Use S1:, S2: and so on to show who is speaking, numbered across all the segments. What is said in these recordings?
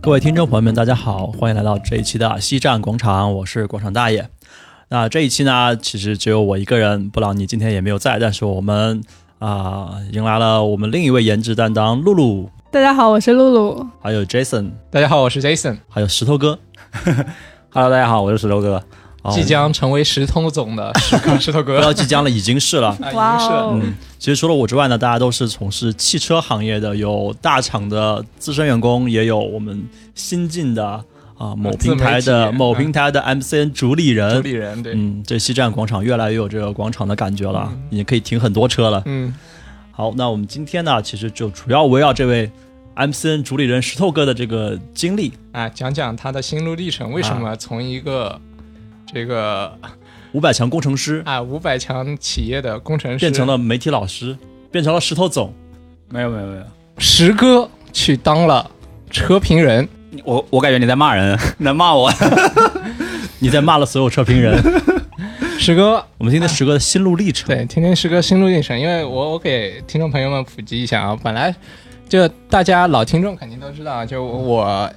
S1: 各位听众朋友们，大家好，欢迎来到这一期的西站广场，我是广场大爷。那这一期呢，其实只有我一个人，布朗尼今天也没有在，但是我们啊、迎来了我们另一位颜值担当露露，
S2: 大家好，我是露露。
S1: 还有 Jason，
S3: 大家好，我是 Jason，
S1: 还有石头 哥。
S4: Hello，大家好，我是石头哥。
S1: 啊
S3: 即将成为石通 总的石头石头
S1: 不
S3: 哥
S1: 要。即将了，已经是了。
S3: 啊，
S2: 哇
S3: 已经是了
S2: 哦
S1: 嗯，其实除了我之外呢，大家都是从事汽车行业的，有大厂的资深员工，也有我们新进的啊、某
S3: 自
S1: 平
S3: 媒
S1: 台的
S3: 体
S1: 某
S3: 嗯
S1: 平台的 MCN 主理
S3: 主
S1: 人。
S3: 理人对，
S1: 嗯，这西站广场越来越有这个广场的感觉了，
S4: 嗯
S1: 已经可以停很多车了。
S3: 嗯，
S1: 好，那我们今天呢，其实就主要围绕这位 MCN 主理人石头哥的这个经历，
S3: 啊，讲讲他的心路历程，为什么
S1: 啊
S3: 从一个这个
S1: 五百强工程师
S3: 啊五百强企业的工程师
S1: 变成了媒体老师，变成了石头总。
S4: 没有没有没有，
S3: 石哥去当了车评人，
S4: 你我我感觉你在骂人， 能骂我？
S1: 你在骂了所有车评人。
S3: 石哥
S1: 我们听听石哥的心路历程。
S3: 对，听听师哥心路历程，因为我我给听众朋友们普及一下啊，本来就大家老听众肯定都知道啊，就我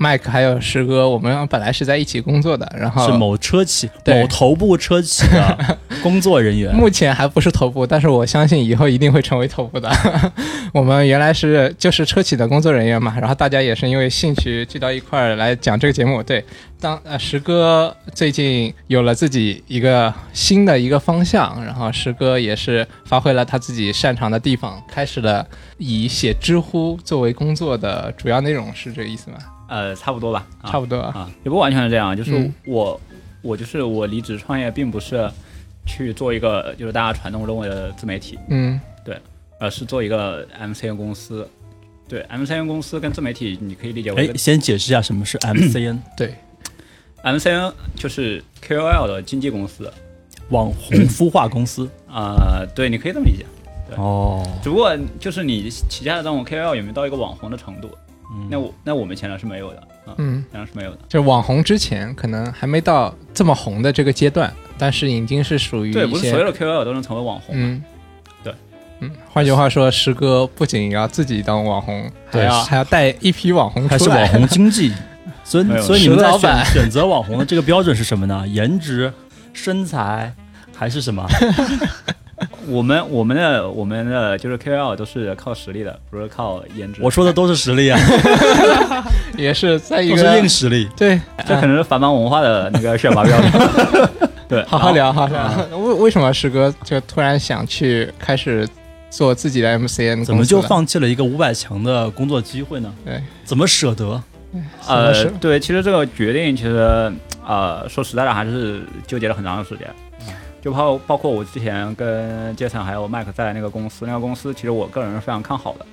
S3: 麦克还有师哥，我们本来是在一起工作的，然后
S1: 是某车企
S3: 对
S1: 某头部车企的 工作人员。
S3: 目前还不是头部，但是我相信以后一定会成为头部的。 我们原来是就是车企的工作人员嘛，然后大家也是因为兴趣聚到一块儿来讲这个节目。对，当呃石哥最近有了自己一个新的一个方向，然后石哥也是发挥了他自己擅长的地方，开始了以写知乎作为工作的主要内容，是这个意思吗？
S4: 呃，差不多吧，啊、
S3: 差不多啊。
S4: 啊，也不完全是这样，就是
S3: 嗯
S4: 我、我就是我离职创业，并不是去做一个就是大家传统认为的自媒体，
S3: 嗯
S4: 而是做一个 MCN 公司。对，MCN 公司跟自媒体，你可以理解为一
S1: 哎
S4: 个，
S1: 先解释一下什么是 MCN
S4: MCN 就是 KOL 的经纪公司。
S1: 网红孵化公司。
S4: 啊，对，你可以这么理解。
S1: 哦，
S4: 只不过就是你旗下的这种 KOL 有没有到一个网红的程度？
S1: 嗯
S4: 那我那我们前两是没有的啊，
S3: 嗯。
S4: 前两是没有的。
S3: 就网红之前可能还没到这么红的这个阶段，但是已经是属于
S4: 对，
S3: 一
S4: 不是
S3: 些
S4: 所有的 KOL 都能成为网红。
S3: 嗯，
S4: 对，
S3: 嗯，换句话说，师哥不仅要自己当网红，还
S1: 对
S3: 要还要带一批网 红
S1: 还是
S3: 出
S1: 网
S3: 来。
S1: 红经济。所
S4: 没
S1: 以，
S4: 有
S1: 所以你们
S3: 石
S1: 在
S3: 老
S1: 选
S3: 板
S1: 选择网红的这个标准是什么呢？ 颜值、身材还是什 么？
S4: 我们我们的我们的就是 KOL 都是靠实力的，不是靠颜值。
S1: 我说的都是实力 啊，
S3: 也是在一
S1: 都
S3: 个
S1: 是硬实力。
S3: 对，
S4: 这可能是反叛文化的那个选 拔标准。对，
S3: 好好
S4: 然后。
S3: 聊，好好
S1: 啊
S3: 聊。为为什么师哥就突然想去开始做自己的 MCN？
S1: 怎么就
S3: 公司了
S1: 放弃了一个五百强的工作机会呢？
S3: 对，
S1: 怎么舍得？
S4: 呃
S3: 什么，
S4: 对，其实这个决定其实呃，说实在的，还是纠结了很长的时间。
S3: 嗯
S4: 就包包括我之前跟杰森还有麦克在那个公司，那个公司其实我个人是非常看好的。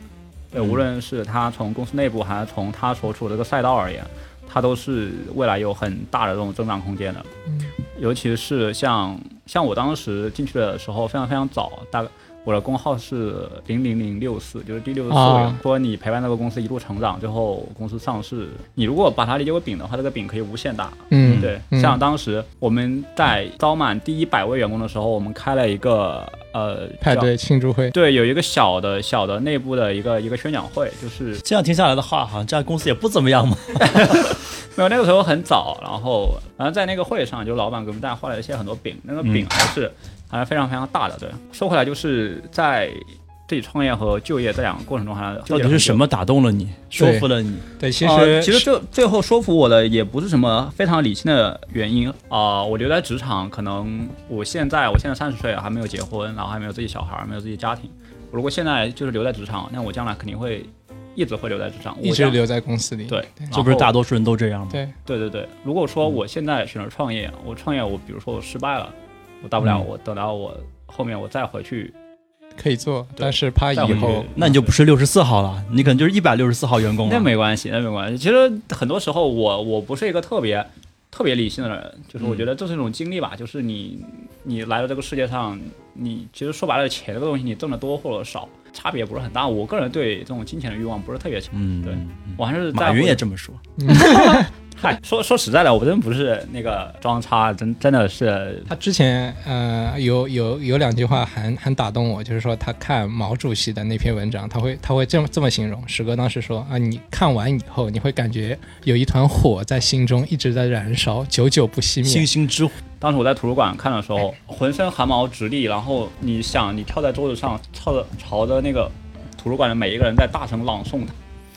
S4: 对，
S1: 嗯
S4: 无论是他从公司内部，还是从他所处的这个赛道而言，它都是未来有很大的这种增长空间的。
S3: 嗯
S4: 尤其是像像我当时进去的时候，非常非常早，大概我的工号是零零零六四，就是第六十四
S3: 啊
S4: 位。说你陪伴这个公司一路成长，最后公司上市，你如果把它理解为饼的话，这个饼可以无限大。
S3: 嗯，
S4: 对，
S3: 嗯
S4: 像当时我们在招满第一百位员工的时候，我们开了一个呃
S3: 派，
S4: 叫
S3: 对庆祝会，
S4: 对，有一个小的小的内部的一个一个宣讲会，就是
S1: 这样听下来的话，好像这样公司也不怎么样嘛。
S4: 没有，那个时候很早，然后反正在那个会上，就老板给我们大家画了一些很多饼，那个饼还
S1: 嗯
S4: 是、还是非常非常大的。对，说回来就是在自己创业和就业这两个过程中，还
S1: 到底是什？么打动了你，说服了你？
S3: 对，其
S4: 其实、
S3: 实
S4: 呃其实最最后说服我的也不是什么非常理性的原因啊、我留在职场，可能我现在我现在三十岁还没有结婚，然后还没有自己小孩，没有自己家庭。如果现在就是留在职场，那我将来肯定会一直会留在职场，
S3: 一
S4: 我
S3: 直
S4: 将
S3: 留在公司里。
S4: 对，
S1: 这不
S4: 然
S1: 是
S4: 后
S1: 大多数人都这样吗？
S3: 对，
S4: 对对对，如果说我现在选择创业，我创业，我比如说我失败了，我大不了
S1: 嗯
S4: 我等到我后面我再回去，
S3: 可以做，
S4: 对
S3: 但是怕
S4: 再
S3: 以
S4: 回去
S3: 后
S1: 那你就不是六十四号了，你可能就是一百六十四号员工了。
S4: 那没关系，那没关系。其实很多时候我我不是一个特别特别理性的人，就是我觉得这是一种经历吧，就是你你来到这个世界上，你其实说白了，钱这个东西你挣的多或者少差别不是很大。我个人对这种金钱的欲望不是特别强，
S1: 嗯，
S4: 对我还是在
S1: 马云
S4: 乎
S1: 也这么说。
S4: 嗨，说说实在的，我真不是那个装叉，真真的是
S3: 他之前呃有有有两句话很很打动我，就是说他看毛主席的那篇文章，他会他会这么这么形容，史哥当时说啊，你看完以后你会感觉有一团火在心中一直在燃烧，久久不熄
S1: 星
S3: 灭。
S1: 星之火
S4: 当时我在图书馆看的时候，浑身汗毛直立，然后你想，你跳在桌子上，朝着朝着那个图书馆的每一个人在大声朗诵它，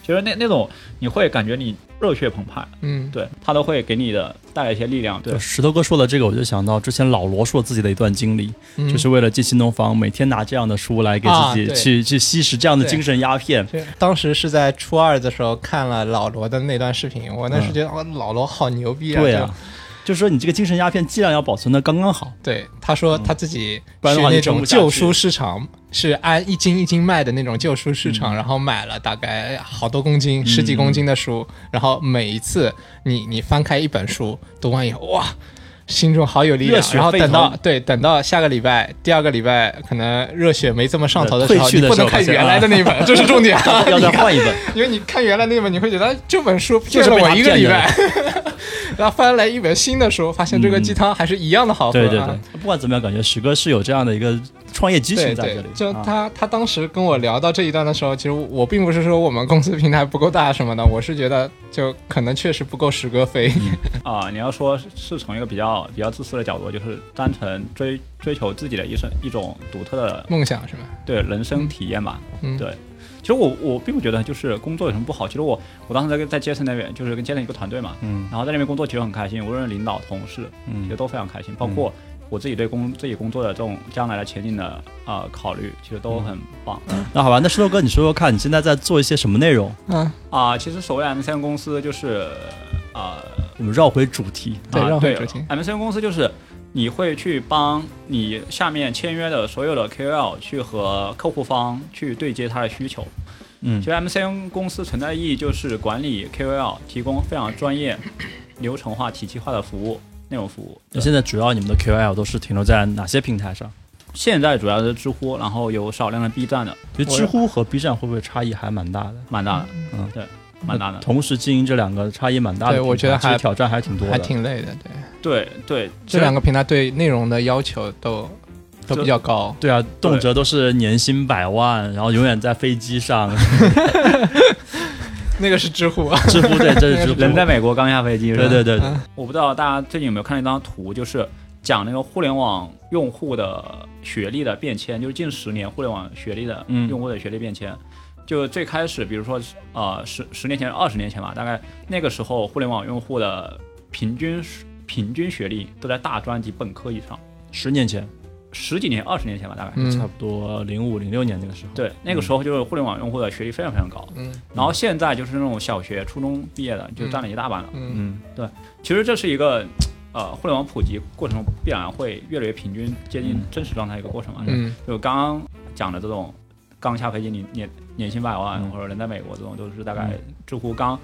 S4: 就是那那种你会感觉你热血澎湃，
S3: 嗯，
S4: 对他都会给你的带来一些力量，对
S1: 就。石头哥说的这个，我就想到之前老罗说自己的一段经历，
S3: 嗯
S1: 就是为了进新东方，每天拿这样的书来给
S3: 啊
S1: 自己
S3: 对
S1: 去、去吸食这样的精神鸦片。
S3: 对，当时是在初二的时候看了老罗的那段视频，我那时觉得、哦，老罗好牛逼啊！
S1: 对
S3: 就
S1: 啊，就是说你这个精神鸦片剂量要保存的刚刚好。
S3: 对，他说他自己
S1: 嗯不然的
S3: 去
S1: 话
S3: 那
S1: 你撑
S3: 种
S1: 不下去
S3: 旧书市场，是按一斤一斤卖的那种旧书市
S1: 嗯
S3: 场，然后买了大概好多公斤、十几公斤的书，然后每一次你你翻开一本书，读完以后，哇，心中好有力
S1: 热
S3: 量。
S1: 血
S3: 然后
S1: 沸
S3: 等到
S1: 腾
S3: 对等到下个礼拜、第二个礼拜，可能热血没这么上头的时候，
S1: 退去的
S3: 你不
S1: 时候
S3: 能看
S1: 发现
S3: 原来
S1: 啊
S3: 的那本，这是重点 啊。
S1: 要
S3: 你
S1: 再
S3: 看
S1: 换一本，
S3: 因为你看原来那本，你会觉得哎这本书
S1: 就
S3: 骗
S1: 是
S3: 了
S1: 被
S3: 我
S1: 他
S3: 一个
S1: 骗
S3: 礼
S1: 的
S3: 拜， 然后翻来一本新的书，发现这个鸡汤还是一样的好喝、
S1: 对
S3: 啊
S1: 对对，不管怎么样，感觉史哥是有这样的一个创业激
S3: 对
S1: 情在
S3: 对，
S1: 这里。
S3: 就
S1: 啊
S3: 他他当时跟我聊到这一段的时候，其实我并不是说我们公司平台不够大什么的，我是觉得就可能确实不够十哥飞。
S4: 啊、你要说是从一个比较比较自私的角度，就是单纯追追求自己的一生一种独特 的
S3: 梦想是吧？
S4: 对人生体验吧。
S3: 嗯
S4: 对。其实我我并不觉得就是工作有什么不好。其实我我当时在跟在杰森那边，就是跟杰森一个团队嘛，
S1: 嗯
S4: 然后在那边工作其实很开心，无论是领导、同事，其实
S1: 嗯，
S4: 都非常开心。包括我自己对工自己工作的这种将来的前景的啊、呃考虑，其实都很棒。
S1: 那好吧，那石头哥，你说说看，你现在在做一些什么内容？
S3: 嗯，
S4: 啊、其实所谓 MCN 公司就是啊、
S1: 我们绕回主题，
S3: 对
S4: 啊
S3: 绕回
S4: 对
S3: 主题
S4: MCN 公司就是你会去帮你下面签约的所有的 KOL 去和客户方去对接他的需求。
S1: 嗯
S4: 其实 MCN 公司存在的意义就是管理 KOL，提供非常专业、流程化、体系化的服务内容服务。
S1: 那现在主要你们的 QL 都是停留在哪些平台上？
S4: 现在主要是知乎，然后有少量的 B 站的，
S1: 就知乎和 B 站会不会差异还蛮大的？
S4: 蛮大的，
S1: 嗯
S4: 对，蛮大的。
S1: 同时经营这两个差异蛮大的平台，
S3: 对我觉得
S1: 其实
S3: 还
S1: 挑战还挺多的。
S3: 还挺累的。对，
S4: 对对，
S3: 这两个平台对内容的要求都都
S4: 这
S3: 比较高。
S1: 对啊，动辄都是年薪百万，然后永远在飞机上。
S3: 那个是知乎，啊
S1: 知乎对，这是知乎。
S4: 人在美国刚下飞机，是吧
S1: 对对对对
S3: 嗯
S4: 我不知道大家最近有没有看到一张图，就是讲那个互联网用户的学历的变迁，就是近十年互联网学历的
S1: 嗯
S4: 用户的学历变迁。就最开始，比如说呃十十年前、二十年前吧，大概那个时候互联网用户的平均平均学历都在大专及本科以上，
S1: 十年前，
S4: 十几年、二十年前吧，大概。
S1: 差不
S3: 嗯
S1: 多零五零六年那个时候。
S4: 对，那个时候就是互联网用户的学历非常非常高，
S3: 嗯
S4: 然后现在就是那种小学、初中毕业的就占了一大半了。
S3: 嗯，
S1: 嗯，
S4: 其实这是一个呃互联网普及过程中必然会越来越平均接近真实状态一个过程嘛。
S3: 嗯，
S4: 就刚刚讲的这种刚下飞机年年年薪百万、
S1: 嗯
S4: 或者人在美国这种，都是大概知乎刚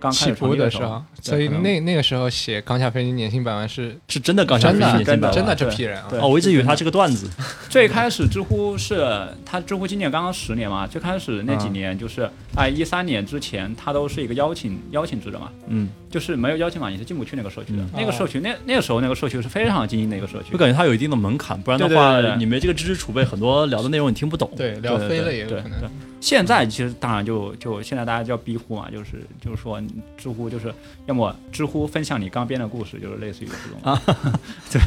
S4: 刚开
S3: 起
S4: 始成
S3: 步
S4: 立
S3: 的
S4: 时
S3: 时
S4: 候
S3: 候，，啊所以
S4: 可能
S3: 那那个时候写刚下飞机年薪百万是
S1: 是真的刚下飞
S3: 真
S1: 机
S3: 的
S1: 年薪百万。
S3: 真的
S4: 对
S3: 这批人啊
S4: 对，
S1: 哦，我一直以为他是个段 子。
S4: 最开始知乎是它知乎今年刚刚十年嘛，最开始那几年就是哎一三年之前，它都是一个邀请邀请制的嘛。
S1: 嗯，
S4: 就是没有邀请码，你是进不去那个社区的
S1: 嗯。
S4: 那个社区，那那个时候那个社区是非常精英的一个社区
S1: 就，感觉他有一定的门槛，不然的
S4: 对对
S1: 话，
S4: 对对对
S1: 你没这个知识储备，很多聊的内容你听不懂。
S3: 对，聊
S4: 对
S3: 飞
S4: 对
S3: 了也有
S4: 对
S3: 可能
S4: 对。现在其实当然就就现在大家叫逼乎嘛，就是就是说知乎就是要么知乎分享你刚编的故事，就是类似于这种。
S1: 啊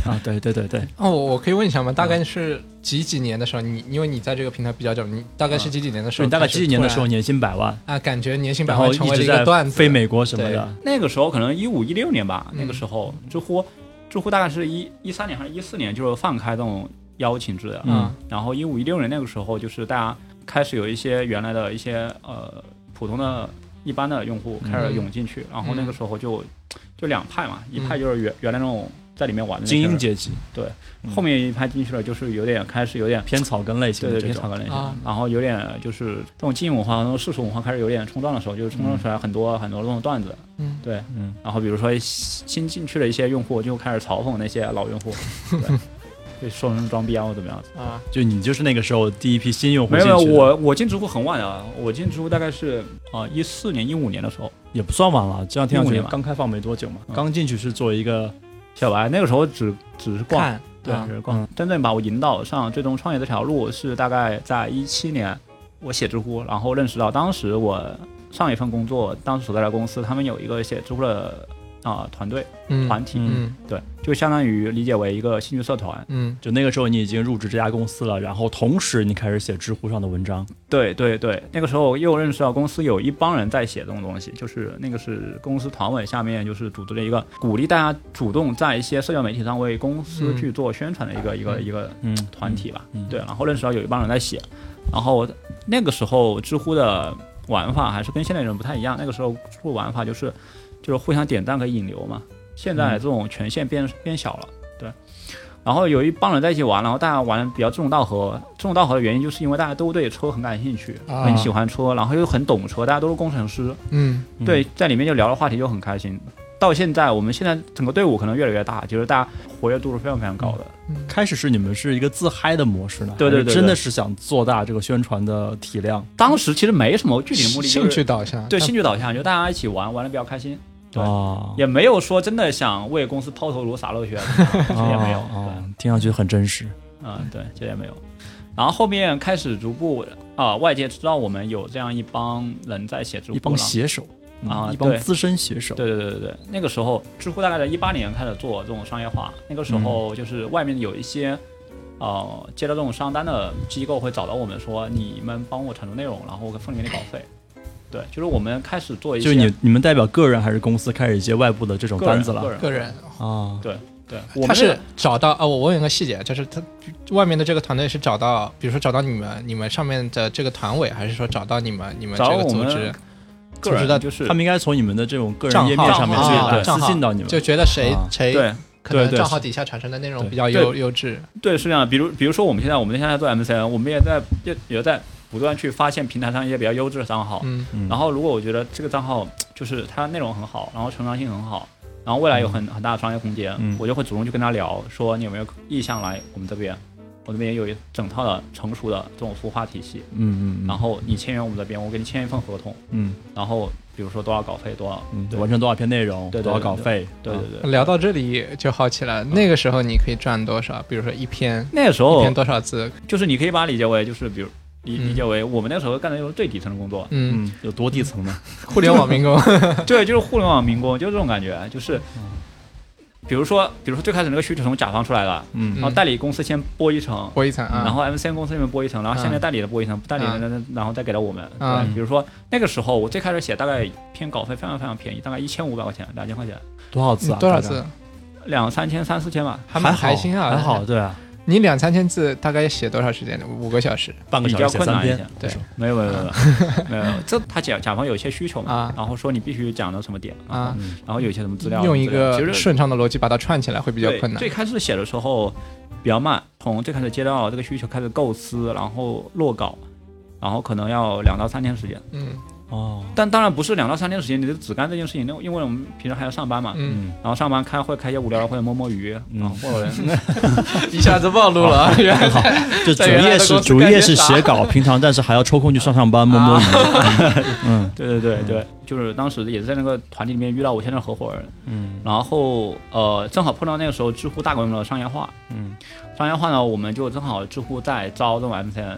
S1: 啊，对对对对，
S3: 哦，我可以问一下吗？大
S1: 嗯
S3: 概是几几年的时候，你因为你在这个平台比较久，你大概是几几年的时
S1: 就
S3: 候？
S1: 你大概几几年的时候年薪百万，
S3: 啊，感觉年薪百
S1: 然后
S3: 万
S1: 一
S3: 成为了
S1: 直
S3: 一个
S1: 在
S3: 段子，
S1: 飞美国什么
S3: 对
S1: 的。
S4: 那个时候可能一五一六年吧，
S3: 嗯
S4: 那个时候知乎知乎大概是一一三年还是一四年，就是放开这种邀请制的。
S1: 嗯
S3: 嗯，
S4: 然后一五一六年那个时候，就是大家开始有一些原来的一些呃普通的一般的用户开始涌进去，然后那个时候就就两派嘛，一派就是原原来那种在里面玩的那些
S1: 精英
S4: 人
S1: 阶级嗯
S4: 后面一拍进去了，就是有点开始有点
S1: 偏草根类型
S4: 对
S1: 的
S4: 对
S1: 这
S4: 偏
S1: 种
S4: 草，根类型，
S3: 啊
S4: 然后有点就是这种精英文化、这种世俗文化开始有点冲撞的时候，就是冲撞出来很多、很多这种段子。
S3: 嗯
S4: 对。
S1: 嗯，
S4: 然后比如说新新进去的一些用户就开始嘲讽那些老用户，对被说成装逼啊或者怎么样子。
S3: 啊，
S1: 就你就是那个时候第一批新用户
S4: 没
S1: 进
S4: 有
S1: 去
S4: 没
S1: 的，
S4: 有，我我进知乎很晚啊，我进知乎大概是啊一四年一五年的时候，
S1: 也不算晚了，这样听上
S4: 15
S1: 去
S4: 年吧
S1: 刚开放没多久嘛，
S4: 嗯
S1: 刚进去是作为一个
S4: 小白那个时候只只是逛，
S3: 看
S4: 对，
S1: 嗯
S3: 啊
S4: 只是逛。真正把我引导上最终创业这条路是大概在一七年，我写知乎，然后认识到当时我上一份工作，当时所在的公司他们有一个写知乎的啊、团队
S3: 嗯
S4: 团体，
S3: 嗯
S4: 对，就相当于理解为一个兴趣社团。
S3: 嗯
S1: 就那个时候你已经入职这家公司了，然后同时你开始写知乎上的文章，
S4: 对对对，那个时候又认识到公司有一帮人在写这种东西，就是那个是公司团委下面就是组织了一个鼓励大家主动在一些社交媒体上为公司
S3: 嗯
S4: 去做宣传的一个、一个一个
S1: 嗯，
S4: 团体吧。
S1: 嗯嗯
S4: 对，啊然后认识到有一帮人在写，然后那个时候知乎的玩法还是跟现在人不太一样，那个时候知乎玩法就是就是互相点赞和引流嘛，现在
S3: 嗯
S4: 这种权限变变小了，对。然后有一帮人在一起玩，然后大家玩的比较志同道合。志同道合的原因就是因为大家都对车很感兴趣，
S3: 啊
S4: 很喜欢车，然后又很懂车，大家都是工程师，
S3: 嗯
S1: 嗯
S4: 对，在里面就聊的话题就很开心。到现在，我们现在整个队伍可能越来越大，就是大家活跃度是非常非常高的。
S3: 嗯
S1: 开始是你们是一个自嗨的模式呢，
S4: 对对
S1: 还是
S4: 对对
S1: 真的是想做大这个宣传的体量，
S4: 当时其实没什么具体的目的，就是
S3: 兴趣导向，
S4: 对
S3: 但
S4: 兴趣导向，就大家一起玩，玩的比较开心，对
S1: 啊，
S4: 也没有说真的想为公司抛头颅洒热血，
S1: 也
S4: 也没有
S1: 啊，听上去很真实，
S4: 嗯，对，这也没有。然后后面开始逐步啊、外界知道我们有这样一帮人在写知乎
S1: 一帮
S4: 了
S1: 写手嗯
S4: 啊
S1: 一帮
S4: 对
S1: 资深写手，
S4: 对对对对对，那个时候知乎大概在一八年开始做这种商业化，那个时
S1: 嗯
S4: 候就是外面有一些。呃，接到这种商单的机构会找到我们说，你们帮我产出内容，然后我分给你稿费。对，就是我们开始做一些
S1: 就是你你们代表个人还是公司开始接外部的这种
S4: 个人
S1: 单子了
S4: 个人
S3: 个人，
S1: 啊？
S4: 对，我
S3: 他
S4: 们
S3: 是找到啊，我问一个细节，就是他外面的这个团队是找到，比如说找到你们，你们上面的这个团委，还是说找到你们你们这
S4: 找
S3: 个
S4: 我
S3: 组
S4: 们
S3: 织，
S4: 个
S3: 组织的
S4: 人就是
S1: 他们应该从你们的这种个人
S3: 账
S1: 页面
S3: 号啊
S1: 上面
S4: 账号
S1: 去对
S3: 账号
S1: 私信到你们
S3: 就觉得谁
S1: 啊
S3: 谁
S4: 对
S3: 可能
S1: 对对
S3: 账号底下产生的内容
S1: 对
S3: 比较
S4: 对
S3: 优优质，
S4: 对，是这样的。比如，比如说我们现在我们现在做 MCN，我们也在也也在不断去发现平台上一些比较优质的账号。
S3: 嗯
S1: 嗯
S4: 然后，如果我觉得这个账号就是它内容很好，然后成长性很好，然后未来有很很大的商业空间，
S1: 嗯
S4: 我就会主动去跟他聊，说你有没有意向来我们这边？我这边也有一整套的成熟的这种孵化体系，
S1: 嗯嗯，
S4: 然后你签约我们这边，我给你签一份合同，
S1: 嗯
S4: 然后比如说多少稿费多少，
S1: 嗯，
S4: 对
S1: 完成多少篇内容，
S4: 对对
S1: 多少
S4: 对
S1: 稿费，
S4: 对
S1: 啊
S4: 对对。
S3: 聊到这里就好奇了，那个时候你可以赚多少？比如说一篇
S4: 那个时
S3: 一
S4: 候
S3: 篇多少字？
S4: 就是你可以把它理解为就是比如理
S3: 嗯
S4: 理解为我们那时候干的就是最底层的工作，
S3: 嗯，
S1: 嗯，有多底层呢？
S3: 互联网 民工，
S4: 对，就是互联网民工，就是这种感觉，就是，比如说，比如说最开始那个需求从甲方出来了，
S1: 嗯
S4: 然后代理公司先播一层，
S3: 播一层啊，
S4: 然后 MCN 公司那边播一层，然后下面
S3: 嗯
S4: 代理的播一层，代理的然后再给到我们。
S3: 嗯
S4: 对，比如说那个时候我最开始写大概偏稿费非常非常便宜，大概一千五百块钱，两千块钱，
S1: 多少字啊？
S3: 嗯多少
S1: 大概
S3: 字？？
S4: 两三千三四千吧。
S1: 还
S3: 还蛮
S1: 好
S3: 开心啊，
S1: 还好，。对啊，
S3: 你两三千字大概写多少时间？五个小时
S1: 半个
S4: 比
S1: 小
S4: 较
S1: 时写
S4: 困
S1: 三
S4: 难一
S1: 篇
S4: 些，，
S3: 对
S1: 是吧
S4: 没有没有没有 没有，没有这他甲甲方有一些需求嘛
S3: 啊，
S4: 然后说你必须讲到什么点，然后
S3: 啊，
S1: 嗯
S4: 然后有一些什么资料，
S3: 用一
S4: 之类的其
S3: 个
S4: 实
S3: 顺畅的逻辑把它串起来会比较
S4: 对，
S3: 困难
S4: 最。开始写的时候比较慢，从最开始接到这个需求开始构思，然后落稿，然后可能要两到三天时间。
S3: 嗯
S1: 哦，
S4: 但当然不是两到三天时间，你就只干这件事情，因为因为我们平时还要上班嘛。
S3: 嗯，
S1: 嗯，
S4: 然后上班开会，开一些无聊的会，摸摸鱼，
S1: 嗯
S4: 然后或者
S3: 一下子暴露了啊，
S4: 哦
S3: 原 来
S1: 好，这主
S3: 在原来
S1: 业
S3: 的
S1: 是
S3: 公司
S1: 主
S3: 干
S1: 业
S3: 些
S1: 是
S3: 啥啊
S1: 写稿，平常但是还要抽空去上上班，摸摸鱼。嗯
S4: 对对对对，就是当时也是在那个团体里面遇到我现在的合伙人，
S1: 嗯
S4: 然后呃正好碰到那个时候知乎大规模的商业化，
S1: 嗯
S4: 商业化呢我们就正好知乎在招这种 MCN，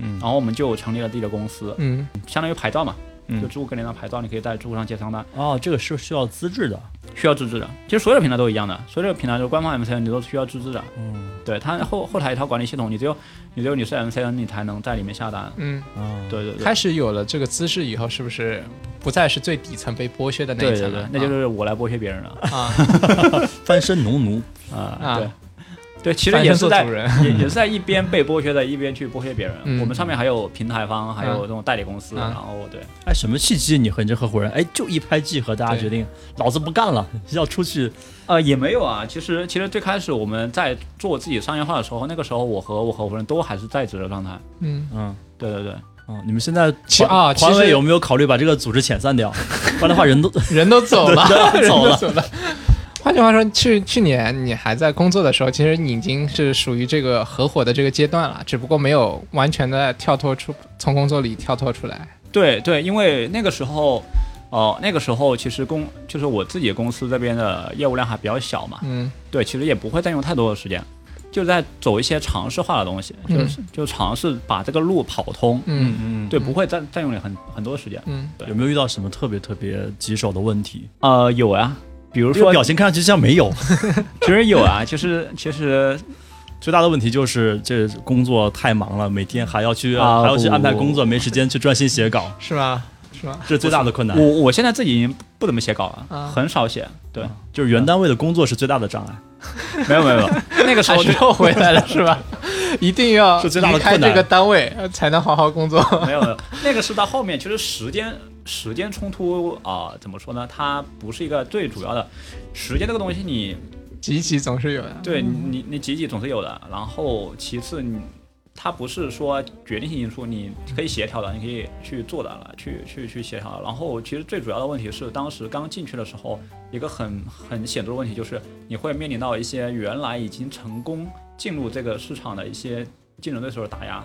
S1: 嗯
S4: 然后我们就成立了自己的公司，
S3: 嗯
S4: 相当于牌照嘛，
S1: 嗯
S4: 就知乎跟联张牌照，你可以在知乎上接商单。
S1: 哦，这个是需要资质的。
S4: 需要自制的。其实所有的平台都一样的，所有的平台就是官方 MCN 你都是需要自制的。
S1: 嗯
S4: 对它后后台一套管理系统，你只有你只有你是 MCN 你才能在里面下单。
S3: 嗯，
S1: 啊，
S4: 对对对。
S3: 开始有了这个资质以后，是不是不再是最底层被剥削的那
S4: 对
S3: 一
S4: 对
S3: 层
S4: 对
S3: 了，？
S4: 那就是我来剥削别人 了
S3: 啊，
S1: 翻身农奴。
S4: 啊！
S3: 啊
S4: 对，对，其
S3: 其
S4: 实也是
S3: 做
S4: 在
S3: 主人。
S4: 也也是在一边被剥削的，一边去剥削别人。
S3: 嗯
S4: 我们上面还有平台方，还有这种代理公司，
S3: 啊
S4: 然后对
S1: 哎，什么契机你和你这合伙人，哎，就一拍即合，大家
S3: 对
S1: 决定老子不干了，要出去。
S4: 呃，也没有啊。其实，其实最开始我们在做自己商业化的时候，那个时候我和我合伙人都还是在职的状态。
S3: 嗯，
S1: 嗯。
S4: 对对对，
S1: 嗯，你们现在
S3: 其
S1: 团
S3: 啊其
S1: 团委
S3: 实
S1: 有 没有考虑把这个组织遣散掉？不然的话，人都
S3: 人都走了，
S1: 人都走了
S3: 走了。换句话说，去去年你还在工作的时候，其实你已经是属于这个合伙的这个阶段了，只不过没有完全的跳脱出从工作里跳脱出来。
S4: 对对，因为那个时候，呃，那个时候其实公就是我自己公司这边的业务量还比较小嘛，
S3: 嗯
S4: 对，其实也不会占用太多的时间，就在走一些尝试化的东西，就是、就尝试把这个路跑通，
S3: 嗯
S1: 嗯，
S4: 对，不会占占用你很很多时间。
S3: 嗯
S1: 有没有遇到什么特别特别棘手的问题？
S4: 呃，有啊，比如
S1: 这个
S4: 说，
S1: 表情看上去像没有，
S4: 其实有啊，就是其 实
S1: 最大的问题就是这工作太忙了，每天还要去、
S4: 啊
S1: 还要去
S4: 不
S1: 安排工作，没时间去专心写稿，
S3: 是吗？是吗？
S1: 这是最大的困难
S4: 我。我现在自己已经不怎么写稿了，
S3: 啊
S4: 很少写。对，
S1: 就是原单位的工作是最大的障碍，
S4: 没有没 有没有，那个时
S3: 还
S4: 候
S3: 是
S4: 就
S3: 又回来了是吧？ 一定要
S1: 是最大的
S3: 离开
S1: 困难
S3: 这个单位呃才能好好工作。
S4: 没有没有，那个是到后面，其实时间时间冲突啊、怎么说呢？它不是一个最主要的，时间这个东西你
S3: 挤一挤总是有的。
S4: 对你你挤挤总是有的，然后其次你它不是说决定性因素，你可以协调的，你可以去做的了，去去去协调的。然后其实最主要的问题是，当时刚进去的时候，一个很很显著的问题就是，你会面临到一些原来已经成功进入这个市场的一些竞争对手的打压。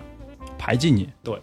S1: 排挤你。
S4: 对，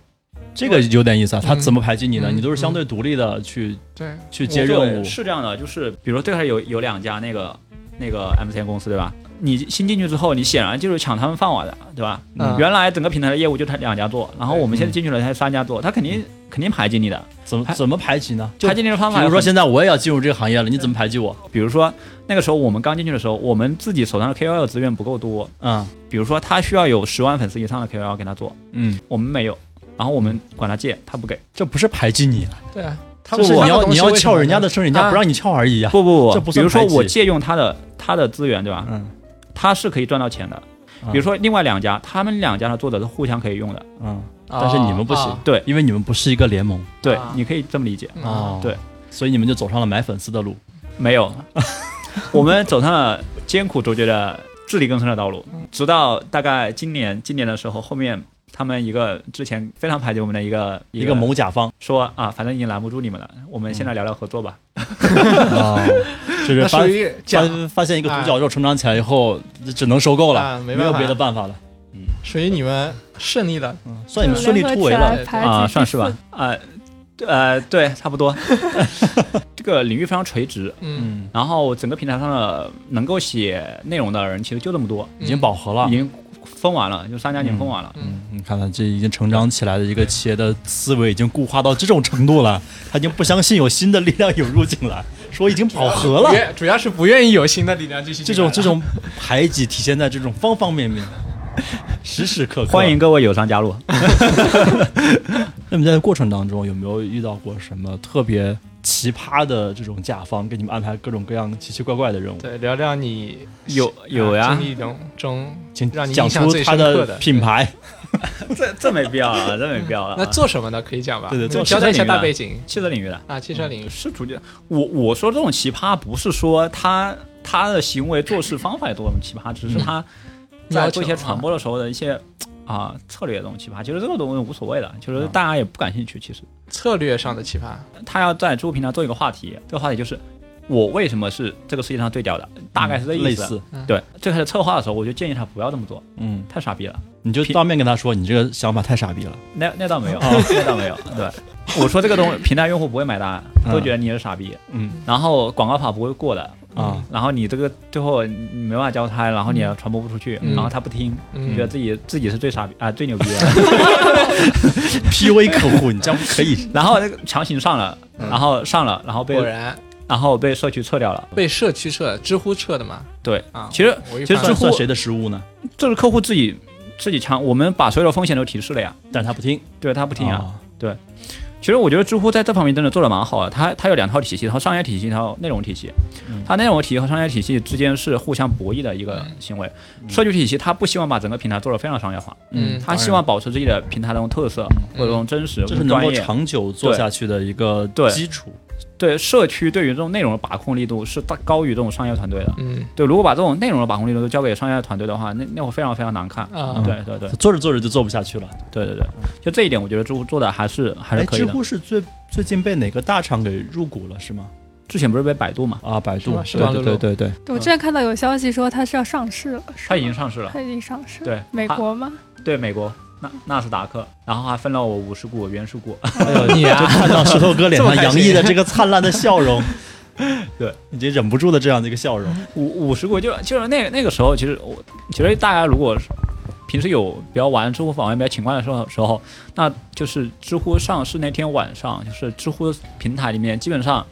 S1: 这个有点意思啊。他怎么排挤你呢？
S3: 嗯
S1: 你都是相对独立的去
S3: 对，
S1: 去接
S4: 对
S1: 任务，
S4: 是这样的，就是比如说最开始有有两家那个那个 MCN 公司对吧？你新进去之后，你显然就是抢他们饭碗的，对吧？
S3: 嗯
S4: 原来整个平台的业务就他两家做，然后我们
S1: 对
S4: 现在进去了才三家做，他肯定肯定排挤你的，
S1: 怎么
S4: 排
S1: 怎么排挤呢？就
S4: 排挤你的方
S1: 比
S4: 法。
S1: 如说，现在我也要进入这个行业了，你怎么排挤我？
S4: 比如说那个时候我们刚进去的时候，我们自己手上的 KOL 资源不够多，
S1: 嗯
S4: 比如说他需要有十万粉丝以上的 KOL 给他做，
S1: 嗯，
S4: 我们没有，然后我们管他借，他不给，
S1: 这不是排挤你啊，
S3: 对啊，
S1: 他
S3: 不是
S1: 你
S3: 他的
S1: 要
S3: 东西
S1: 你要
S3: 为什么
S1: 撬人家
S3: 呢
S1: 的生意，人家
S4: 啊
S1: 不让你撬而已啊。
S4: 不不
S1: 这不
S4: 不不，比
S1: 算
S4: 如说
S1: 排挤
S4: 我借用他的他的资源，对吧？
S1: 嗯啊
S4: 他是可以赚到钱的。比如说另外两家，他们两家的作者是互相可以用的，
S1: 嗯，但是你们不行
S3: 啊
S4: 对
S1: 因为你们不是一个联盟
S4: 对
S3: 啊，
S4: 你可以这么理解。
S3: 嗯
S1: 哦，
S4: 对，
S1: 所以你们就走上了买粉丝的路。
S4: 没有， 我们走上了艰苦卓绝的自力更生的道路，
S1: 嗯
S4: 直到大概今年今年的时候，后面他们一个之前非常排挤我们的一个
S1: 一个某甲 方
S4: 说啊，反正已经拦不住你们了，我们现在聊聊合作吧。
S1: 啊，就是
S3: 那
S1: 发
S3: 属于讲
S1: 发发现一个独角兽成长起来以后，只能收购
S3: 啊
S1: 了，
S3: 没
S1: 没
S3: 办法
S1: 有别的办法了。
S3: 属于你们顺利的，
S1: 嗯算你们顺利突围了。
S4: 啊，算是吧。，啊、呃，对，差不多。 这个领域非常垂直，
S3: 嗯，
S1: 嗯，
S4: 然后整个平台上的能够写内容的人其实就这么多，
S1: 嗯已经饱和了
S3: 嗯
S4: 已。经封完了，就商家已经封完了。
S1: 嗯，你看看这已经成长起来的一个企业的思维已经固化到这种程度了，他已经不相信有新的力量涌入进来，说已经饱和了。
S3: 嗯愿主要是不愿意有新的力量继续
S1: 这
S3: 进
S1: 种
S3: 来了
S1: 这种排挤体现在这种方方 面面，时时刻刻。
S4: 欢迎各位友商加入。
S1: 那你在过程当中有没有遇到过什么特别奇葩的这种甲方给你们安排各种各样奇奇怪怪的任务？
S3: 对聊聊你
S4: 有有呀
S3: 经历中中
S1: 请
S3: 让你
S1: 讲
S3: 印象
S1: 出
S3: 最
S1: 它
S3: 深刻
S1: 的品牌。
S4: 嗯这 这没必 要了，这没必要了。
S3: 那做什么的可以讲吧？
S1: 对对做
S3: 交代一
S4: 什
S3: 下
S4: 么的
S3: 大背景
S4: 汽车领域嗯的
S3: 啊，汽车领域
S4: 是主角。我我说这种奇葩，不是说他他的行为做事方法有多么奇葩，只
S1: 嗯
S4: 是他在做一些传播的时候的一些啊、策略的这种奇葩。其实这个东西无所谓的，就是
S1: 嗯
S4: 大家也不感兴趣。其实
S3: 策略上的奇葩，
S4: 他要在知乎平台做一个话题，这个话题就是我为什么是这个世界上最屌的，大概是这
S1: 嗯类
S4: 意思。啊
S1: 似，
S4: 对，最开始策划的时候，我就建议他不要这么做，
S1: 嗯，
S4: 太傻逼了。
S1: 你就当面跟他说，你这个想法太傻逼了。
S4: 那那倒没有，
S3: 哦
S4: 那倒没有。对，我说这个东西，平台用户不会买单，都觉得你是傻逼，
S1: 嗯
S4: 然后广告法不会过的，
S3: 嗯
S1: 啊，
S4: 然后你这个最后你没办法交差，然后你也传播不出去，
S3: 嗯
S4: 然后他不听，
S3: 嗯
S4: 你觉得自己自己是最傻逼啊、最牛 逼的，
S1: ，PUA 客户，你这样不 可以。
S4: 然后那个强行上了，然后上了，然后
S3: 嗯
S4: 被
S3: 果然
S4: 然后被社区撤掉了。
S3: 被社区撤，知乎撤的嘛
S4: 对，
S3: 啊。
S4: 其实
S3: 我一
S4: 其实
S3: 般
S4: 知
S1: 算
S4: 乎
S1: 算谁的失误呢？
S4: 这是客户自己自己强，我们把所有的风险都提示了呀，
S1: 但是他不听，
S4: 对他不
S1: 不
S4: 听
S3: 哦
S4: 啊。其实我觉得知乎在这方面真的做的蛮好的，它它有两套体系，然后商业体系，然后内容体系
S1: 嗯。
S4: 它内容体系和商业体系之间是互相博弈的一个行为。社区体系它不希望把整个平台做得非常商业化，
S3: 嗯
S4: 它希望保持自己的平台的那种特色或者那种真实、
S1: 这是能
S4: 专
S1: 够
S4: 业。
S1: 长久做
S4: 对
S1: 下去的一个
S4: 对
S1: 基础。
S4: 对社区对于这种内容的把控力度是大高于这种商业团队的。
S3: 嗯
S4: 对，如果把这种内容的把控力度都交给商业团队的话，那那会非常非常难看。
S1: 嗯
S3: 啊
S4: 对对对
S1: 做着做着就做不下去了。
S4: 对对对，就这一点，我觉得知乎做的还是还
S1: 哎，
S4: 是可以
S1: 知
S4: 的。
S1: 乎是最最近被哪个大厂给入股了是吗？
S4: 之前不是被百度嘛，
S1: 啊，百
S3: 是
S1: 度
S3: 吗，是
S1: 对
S3: 吗
S1: 对对对对，
S2: 我之前看到有消息说它是要上市了，是
S4: 它已
S2: 吗
S4: 经上市了，
S2: 它已经上市了，
S4: 对，
S2: 美
S4: 它
S2: 国吗？
S4: 对美国纳纳斯达克，然后还分了我五十股原始股，，
S1: 哎呦，你
S3: 啊
S1: 就看到石头哥脸上
S3: 这么开
S1: 洋
S3: 心
S1: 溢的这个灿烂的笑容
S4: 对，
S1: 已经忍不住的这样的一个笑容。
S4: 五五十股就就是那个那个时候，其实我其实大家如果是平时有比较玩知乎访问比较勤快的时候时候，那就是知乎上市那天晚上，就是知乎平台里面基本上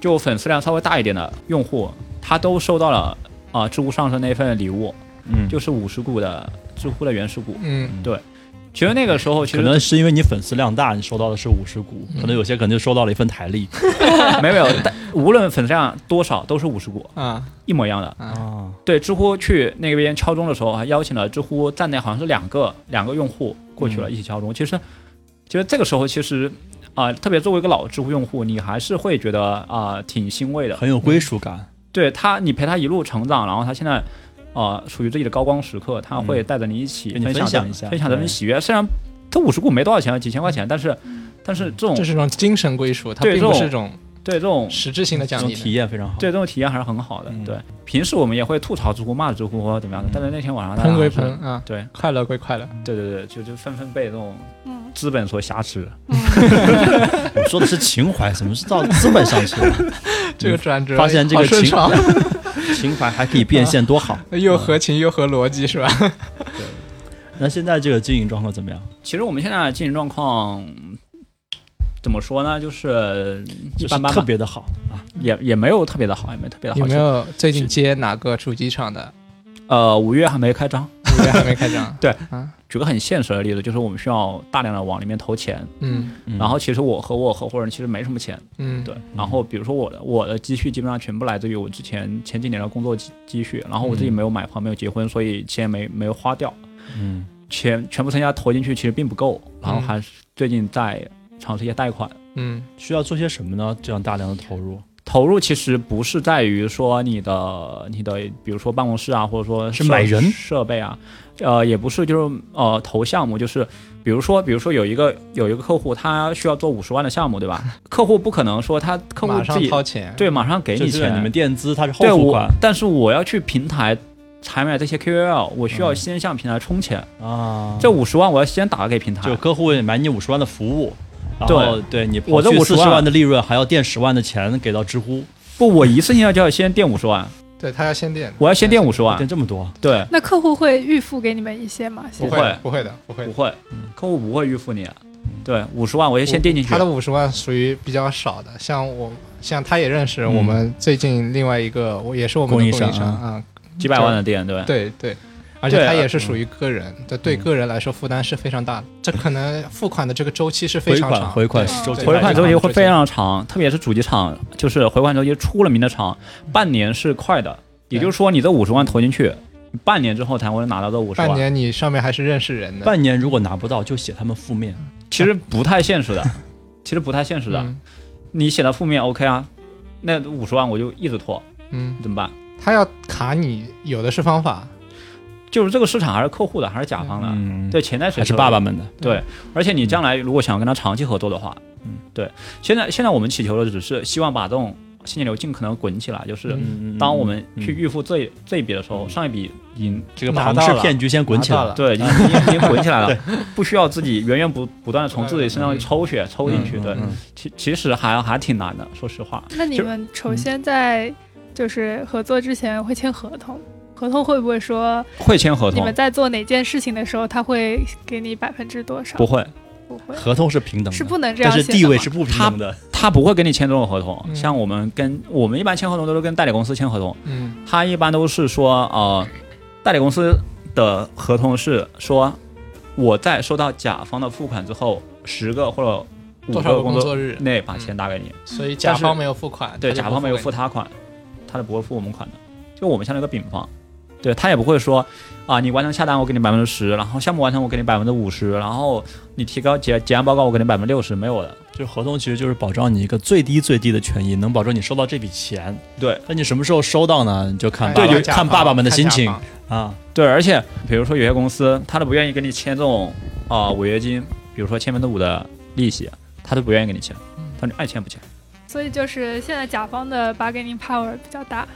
S4: 就粉丝量稍微大一点的用户，他都收到了啊、知乎上市那份礼物，
S1: 嗯，
S4: 就是五十股的知乎的原始股。
S3: 嗯，
S4: 其实那个时候其
S1: 可
S4: 实
S1: 能是因为你粉丝量大，你收到的是五十股，可能有些可能就收到了一份台历
S4: 没有没有，但无论粉丝量多少都是五十股，
S3: 啊
S4: 一模一样的。
S3: 啊，
S1: 啊。
S4: 对，知乎去那边敲钟的时候，还邀请了知乎站内好像是两个两个用户过去
S1: 嗯
S4: 了，一起敲钟。其实，其实这个时候其实啊、特别作为一个老知乎用户，你还是会觉得啊、挺欣慰的。
S1: 很有归属感。
S4: 对他，你陪他一路成长，然后他现在。啊、属于自己的高光时刻，他会带着你一起
S1: 嗯跟你
S4: 嗯分享
S1: 分享
S4: 这
S1: 一下
S4: 分享这份
S1: 对嗯
S4: 喜悦。虽然他五十股没多少钱，几千块钱，但是，但是这种
S3: 这是一种精神归属，它
S4: 对
S3: 并不
S4: 这种
S3: 是一种
S4: 对这种
S3: 实质性的
S1: 这
S3: 奖
S1: 种
S3: 励的。
S1: 体验非常好。
S4: 对这种体验还是很好的。
S1: 嗯
S4: 对，平时我们也会吐槽知乎、骂知乎或者怎么样的，
S1: 嗯
S4: 但是那天晚上大家
S3: 喷归
S4: 还是
S3: 喷，啊，
S4: 对，
S3: 快乐归快乐，
S4: 对对对，就就纷纷被这种
S2: 嗯
S4: 资本所挟持。
S2: 嗯，
S1: 我说的是情怀，什么是到资本上去了？
S3: 这个转折
S1: 发现这个
S3: 好顺
S1: 情
S3: 畅，
S1: 情怀还可以变现，多好！
S3: 又合情又合逻辑是 吧？
S1: 那现在这个经营状况怎么样？
S4: 其实我们现在的经营状况怎么说呢？就是一般般
S1: 就是特
S4: 吧，
S1: 别的好啊！
S4: 也也没有特别的好，也没有特别的好。
S3: 有没有最近接哪个主机厂 的？
S4: 呃，五月还没开张。。
S3: 五月还没开张
S4: 对
S3: 啊，
S4: 举个很现实的例子，就是我们需要大量的往里面投钱，
S3: 嗯
S1: 嗯
S4: 然后其实我和我合伙人其实没什么钱，
S3: 嗯，
S4: 对。然后比如说我的我的积蓄基本上全部来自于我之前前几年的工作积积蓄，然后我自己
S1: 嗯
S4: 没有买房，没有结婚，所以钱没没有花掉，
S1: 嗯
S4: 钱全部参加投进去其实并不够，然后
S3: 嗯
S4: 还是最近在尝试一些贷款。
S3: 嗯
S1: 需要做些什么呢？这样大量的投入
S4: 投入其实不是在于说你的你的，比如说办公室啊，或者说
S1: 是
S4: 设
S1: 买人
S4: 设备啊，呃，也不是就是呃投项目，就是比如说比如说有一个有一个客户他需要做五十万的项目，对吧？客户不可能说他客户
S3: 马
S4: 自
S3: 上
S4: 己
S3: 掏钱。
S4: 对马上给你
S1: 就是
S4: 钱，
S1: 你们垫资，它是后
S4: 对
S1: 付
S4: 我
S1: 款，
S4: 但是我要去平台采买这些 KOL，我需要
S1: 嗯
S4: 先向平台充钱，
S1: 啊。
S4: 这五十万我要先打给平台
S1: 就，客户买你五十万的服务，然后对你
S4: 我的
S1: 四
S4: 50
S1: 十
S4: 万
S1: 万的利润还要垫十万的钱给到知乎，
S4: 不，我一次性要就要先垫五十万，
S3: 对他要先垫，
S4: 我要先垫五十万
S1: 垫，这么多，
S4: 对，
S2: 那客户会预付给你们一些吗？
S3: 不
S2: 现在
S4: 会
S3: 会不会的不会
S4: 不
S3: 的。
S4: 会
S1: 嗯，
S4: 客户不会预付你的。对，五十万我就先垫进去
S3: 他。的五十万属于比较少的，像我像他也认识
S1: 嗯
S3: 我们最近另外一个，我也是我们的
S1: 供
S3: 供
S1: 应
S3: 应
S1: 商
S3: 商啊，嗯
S4: 几百万的店，对吧？
S3: 对对，而且
S4: 啊
S3: 他也是属于个人，对对
S1: 嗯
S3: 个人来说负担是非常大的，这可能付款的这个周期是非
S1: 回
S3: 常
S1: 款
S3: 长，
S1: 回款
S2: 对
S1: 周期
S3: 对
S4: 回
S1: 太
S4: 款
S1: 长
S4: 周
S3: 周
S4: 期
S3: 期
S1: 了
S4: 会非常长，特别是主机厂，就是回款周期出了名的长，半年是快的，也就是说你这五十万投进去，你半年之后才会拿到这五十
S3: 半
S4: 万，
S3: 年你上面还是认识人的，
S1: 半年如果拿不到，就写他们负面。
S4: 其实不太现实的，其实不太现实的。
S3: 嗯
S4: 你写的负面 OK 啊，那五十万我就一直拖，
S3: 嗯，
S4: 怎么办？
S3: 他要卡你，有的是方法，
S4: 就是这个市场还是客户的，还是甲方的，
S1: 嗯，
S4: 对，钱在谁
S1: 还是
S4: 手里
S1: 爸爸们的。
S4: 对，而且你将来如果想跟他长期合作的话，
S1: 嗯，
S4: 对，现在现在我们祈求的只是希望把这种现金流尽可能滚起来，就是
S1: 嗯
S4: 当我们去
S1: 嗯
S4: 预付这一这一笔的时候，上一笔已经
S1: 这个
S3: 拿
S1: 庞
S3: 到
S1: 氏
S3: 了
S1: 骗局先滚起来嗯
S3: 拿到了
S4: 对已经已经已经滚起来了，不需要自己源源不不断的从自己身上去抽血抽进去，
S1: 嗯
S4: 对
S1: 嗯，嗯
S4: 其其实还还挺难的，说实话，
S2: 那你
S4: 就
S2: 们首先在就是合作之前会签合同，合同会不会说
S4: 会签合
S2: 你
S4: 同
S2: 们在做哪件事情的时候，他会给你百分之多少？
S4: 不，会，
S2: 不
S1: 嗯
S2: 会，
S1: 合同是平等的，
S2: 是不能这
S1: 但
S2: 样
S1: 是
S2: 写的吗。
S1: 地位是不平等的。
S4: 他不会跟你签这种合同，
S3: 嗯
S4: 像我们跟我们一般签合同都是跟代理公司签合同，
S3: 嗯
S4: 他一般都是说呃，代理公司的合同是说我在收到甲方的付款之后，十个或者五
S3: 多少
S4: 个
S3: 个
S4: 工
S3: 工
S4: 作
S3: 作日，
S4: 内把钱打给你。
S3: 所以甲
S4: 但是
S3: 方没有付款，
S4: 对，
S3: 他就
S4: 甲
S3: 不
S4: 方没有
S3: 给
S4: 付
S3: 你，
S4: 他款，他是不会付我们款的，就我们像那个丙方，对他也不会说啊，你完成下单我给你百分之十，然后项目完成我给你百分之五十，然后你提交结结案报告我给你百分之六十，没有的。
S1: 就合同其实就是保障你一个最低最低的权益，能保证你收到这笔钱。
S4: 对
S1: 那你什么时候收到呢？你就看
S3: 哎
S1: 爸
S4: 对
S1: 爸
S4: 有
S1: 看爸爸们的心情
S3: 看甲
S1: 啊。
S4: 对，而且比如说有些公司他都不愿意跟你签这种啊、违约金，比如说千分之五的利息，他都不愿意跟你签，他说你爱签不签。
S2: 所以就是现在甲方的 bargaining power 比较大。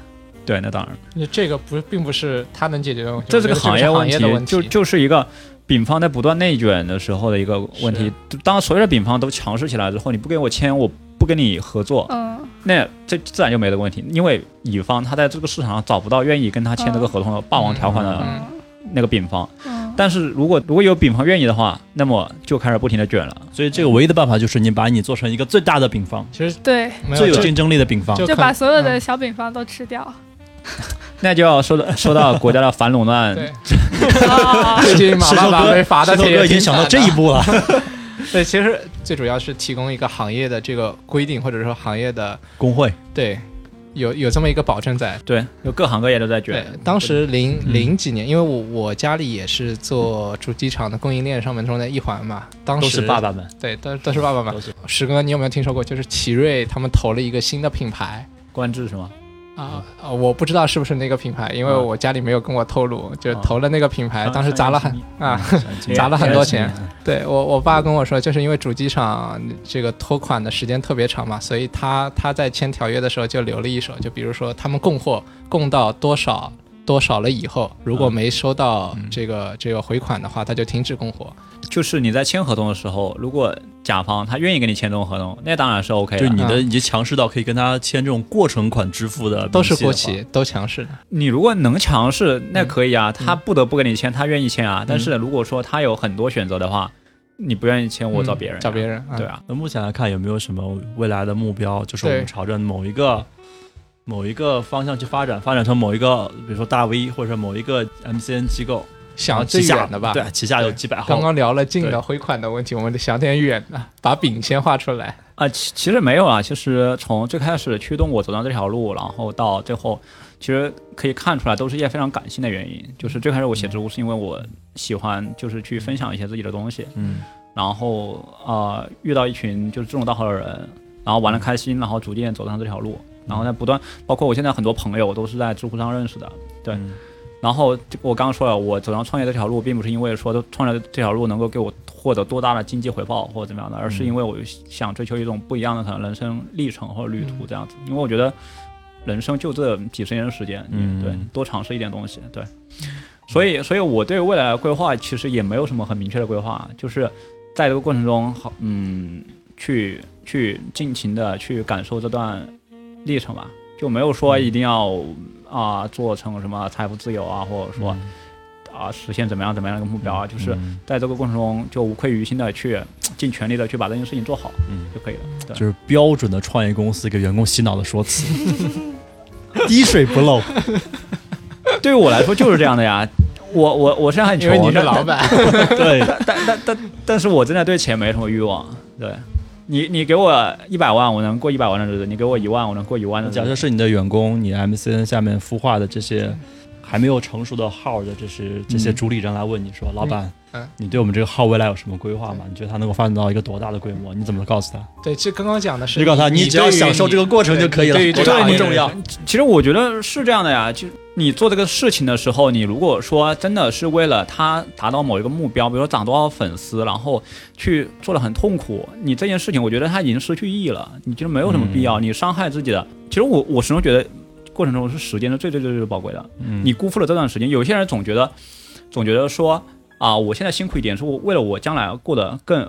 S4: 对，那当然，
S3: 那这个不并不是他能解决的问题，
S4: 这
S3: 我觉
S4: 是
S3: 得
S4: 个
S3: 这
S4: 行
S3: 业
S4: 业
S3: 问
S4: 题，
S3: 的题
S4: 就就是一个丙方在不断内卷的时候的一个问题。当所有的丙方都强势起来之后，你不给我签，我不跟你合作，
S2: 嗯，
S4: 那这自然就没这个问题，因为乙方他在这个市场上找不到愿意跟他签这个合同的霸王条款的
S2: 嗯
S4: 那个丙方。
S2: 嗯，
S4: 但是如果如果有丙方愿意的话，那么就开始不停的卷了。
S1: 所以这个唯一的办法就是你把你做成一个最大的丙方，
S3: 其实
S2: 对，
S3: 没
S1: 最有
S3: 有这
S1: 竞争力的丙方。
S3: 就
S2: 就把
S3: 可
S2: 所有的
S3: 嗯
S2: 小丙方都吃掉。
S4: 那就要 说到说到国家的反垄断，
S3: 对，
S2: 哦
S3: 最近马
S1: 石头
S3: 爸爸
S1: 哥
S3: 被罚的
S1: 石头
S3: 挺
S1: 哥已经想到这一步了。
S3: 对，其实最主要是提供一个行业的这个规定，或者说行业的
S1: 工会，
S3: 对有有这么一个保证在。
S4: 对，有各行各业都在
S3: 对
S4: 卷。，
S3: 当时零
S1: 嗯
S3: 零几年，因为我我家里也是做主机厂的供应链上面中的一环嘛，当
S1: 都
S3: 时
S1: 是爸，爸们，
S3: 对，都都是爸爸嘛
S1: 都是。
S3: 石哥，你有没有听说过？就是奇瑞他们投了一个新的品牌，
S4: 官制是吗？
S1: 嗯
S3: 啊、呃我不知道是不是那个品牌，因为
S4: 啊
S3: 我家里没有跟我透露，就是
S4: 啊
S3: 投了那个品牌，
S4: 啊
S3: 当时砸了很 啊，
S1: 嗯
S3: 砸了很多钱。
S4: 嗯
S3: 对我我爸跟我说，就是因为主机厂这个拖款的时间特别长嘛，所以他他在签条约的时候就留了一手，就比如说他们供货供到多少多少了以后，如果
S4: 嗯
S3: 没收到
S1: 嗯啊
S3: 这个、这个回款的话，他就停止供货。
S4: 就是你在签合同的时候，如果甲方他愿意跟你签这种合同，那当然是 OK
S1: 就
S4: 的。
S1: 你的已经强势到可以跟他签这种过程款支付的明细的话，
S3: 嗯都是国企，都强势的。
S4: 你如果能强势，那可以啊，
S3: 嗯
S4: 他不得不跟你签，他愿意签啊。但是如果说他有很多选择的话，你不愿意
S1: 嗯
S4: 签，我找别人啊，
S3: 找别人，
S4: 对
S3: 啊，
S4: 啊。
S1: 那目前来看，有没有什么未来的目标？就是我
S3: 对
S1: 们朝着某一个某一个方向去发展，发展成某一个，比如说大 V 或者某一个 MCN 机构，
S3: 想
S1: 旗
S3: 最
S1: 下
S3: 远的吧。
S1: 嗯对，旗下有
S3: 对
S1: 几百
S3: 刚
S1: 号。
S3: 刚聊了近
S1: 对
S3: 的回款的问题，我们得想点远的，把饼先画出来。
S4: 啊，其其实没有啊，其实从最开始驱动我走上这条路，然后到最后，其实可以看出来都是一些非常感性的原因。就是最开始我写知乎是因为我喜欢，就是去分享一些自己的东西，
S1: 嗯，
S4: 然后啊、呃遇到一群就是志同道合的人，然后玩的开心，然后逐渐走上这条路，然后在不断，包括我现在很多朋友都是在知乎上认识的。对
S1: 嗯
S4: 然后就我刚刚说了，我走上创业这条路，并不是因为说创业这条路能够给我获得多大的经济回报或者怎么样的，而是因为我想追求一种不一样的可能人生历程或者旅途这样子。因为我觉得人生就这几十年的时间，
S1: 嗯
S4: 对，多尝试一点东西，对。所以，所以我对未来的规划其实也没有什么很明确的规划，就是在这个过程中，好，嗯，去去尽情的去感受这段历程吧，就没有说一定要啊、做成什么财富自由啊，或者
S3: 嗯
S4: 说啊、实现怎么样怎么样的一个目标啊，就是
S1: 嗯
S4: 在这个过程中就无愧于心的去尽全力的去把这件事情做好
S1: 嗯，
S4: 就可以了。对，
S1: 就是标准的创业公司给员工洗脑的说辞， 滴水不 漏。
S4: 对于我来说就是这样的呀。 我我我现在很
S3: 因
S4: 穷，
S3: 为你是
S4: 但
S3: 老板，
S1: 对，
S4: 但但但但是我真的对钱没什么欲望。对，你你给我一百万，我能过一百万的日子；你给我一万，我能过一万的
S3: 嗯
S4: 日子。
S1: 假设是你的员工，你 MCN 下面孵化的这些还没有成熟的号的，这是这些主理人来问你说，老板
S3: 嗯，
S1: 你对我们这个号未来有什么规划吗？你觉得它能够发展到一个多大的规模？你怎么告诉他？
S3: 对，这刚刚讲的是
S1: 你告诉他，
S3: 你
S1: 只要
S3: 对于
S1: 享受
S3: 你
S1: 这个过程就可以了
S3: 对，
S1: 多
S3: 对
S1: 大
S4: 对
S1: 不
S4: 你
S1: 重要。嗯
S4: 其实我觉得是这样的呀，就你做这个事情的时候，你如果说真的是为了他达到某一个目标，比如说涨多少粉丝，然后去做的很痛苦，你这件事情我觉得它已经失去意义了，你就没有什么必要，你伤害自己的。其实我我始终觉得过程中是时间是最最最最宝贵的，
S1: 嗯
S4: 你辜负了这段时间。有些人总觉得，总觉得说啊，我现在辛苦一点，是我为了我将来过得更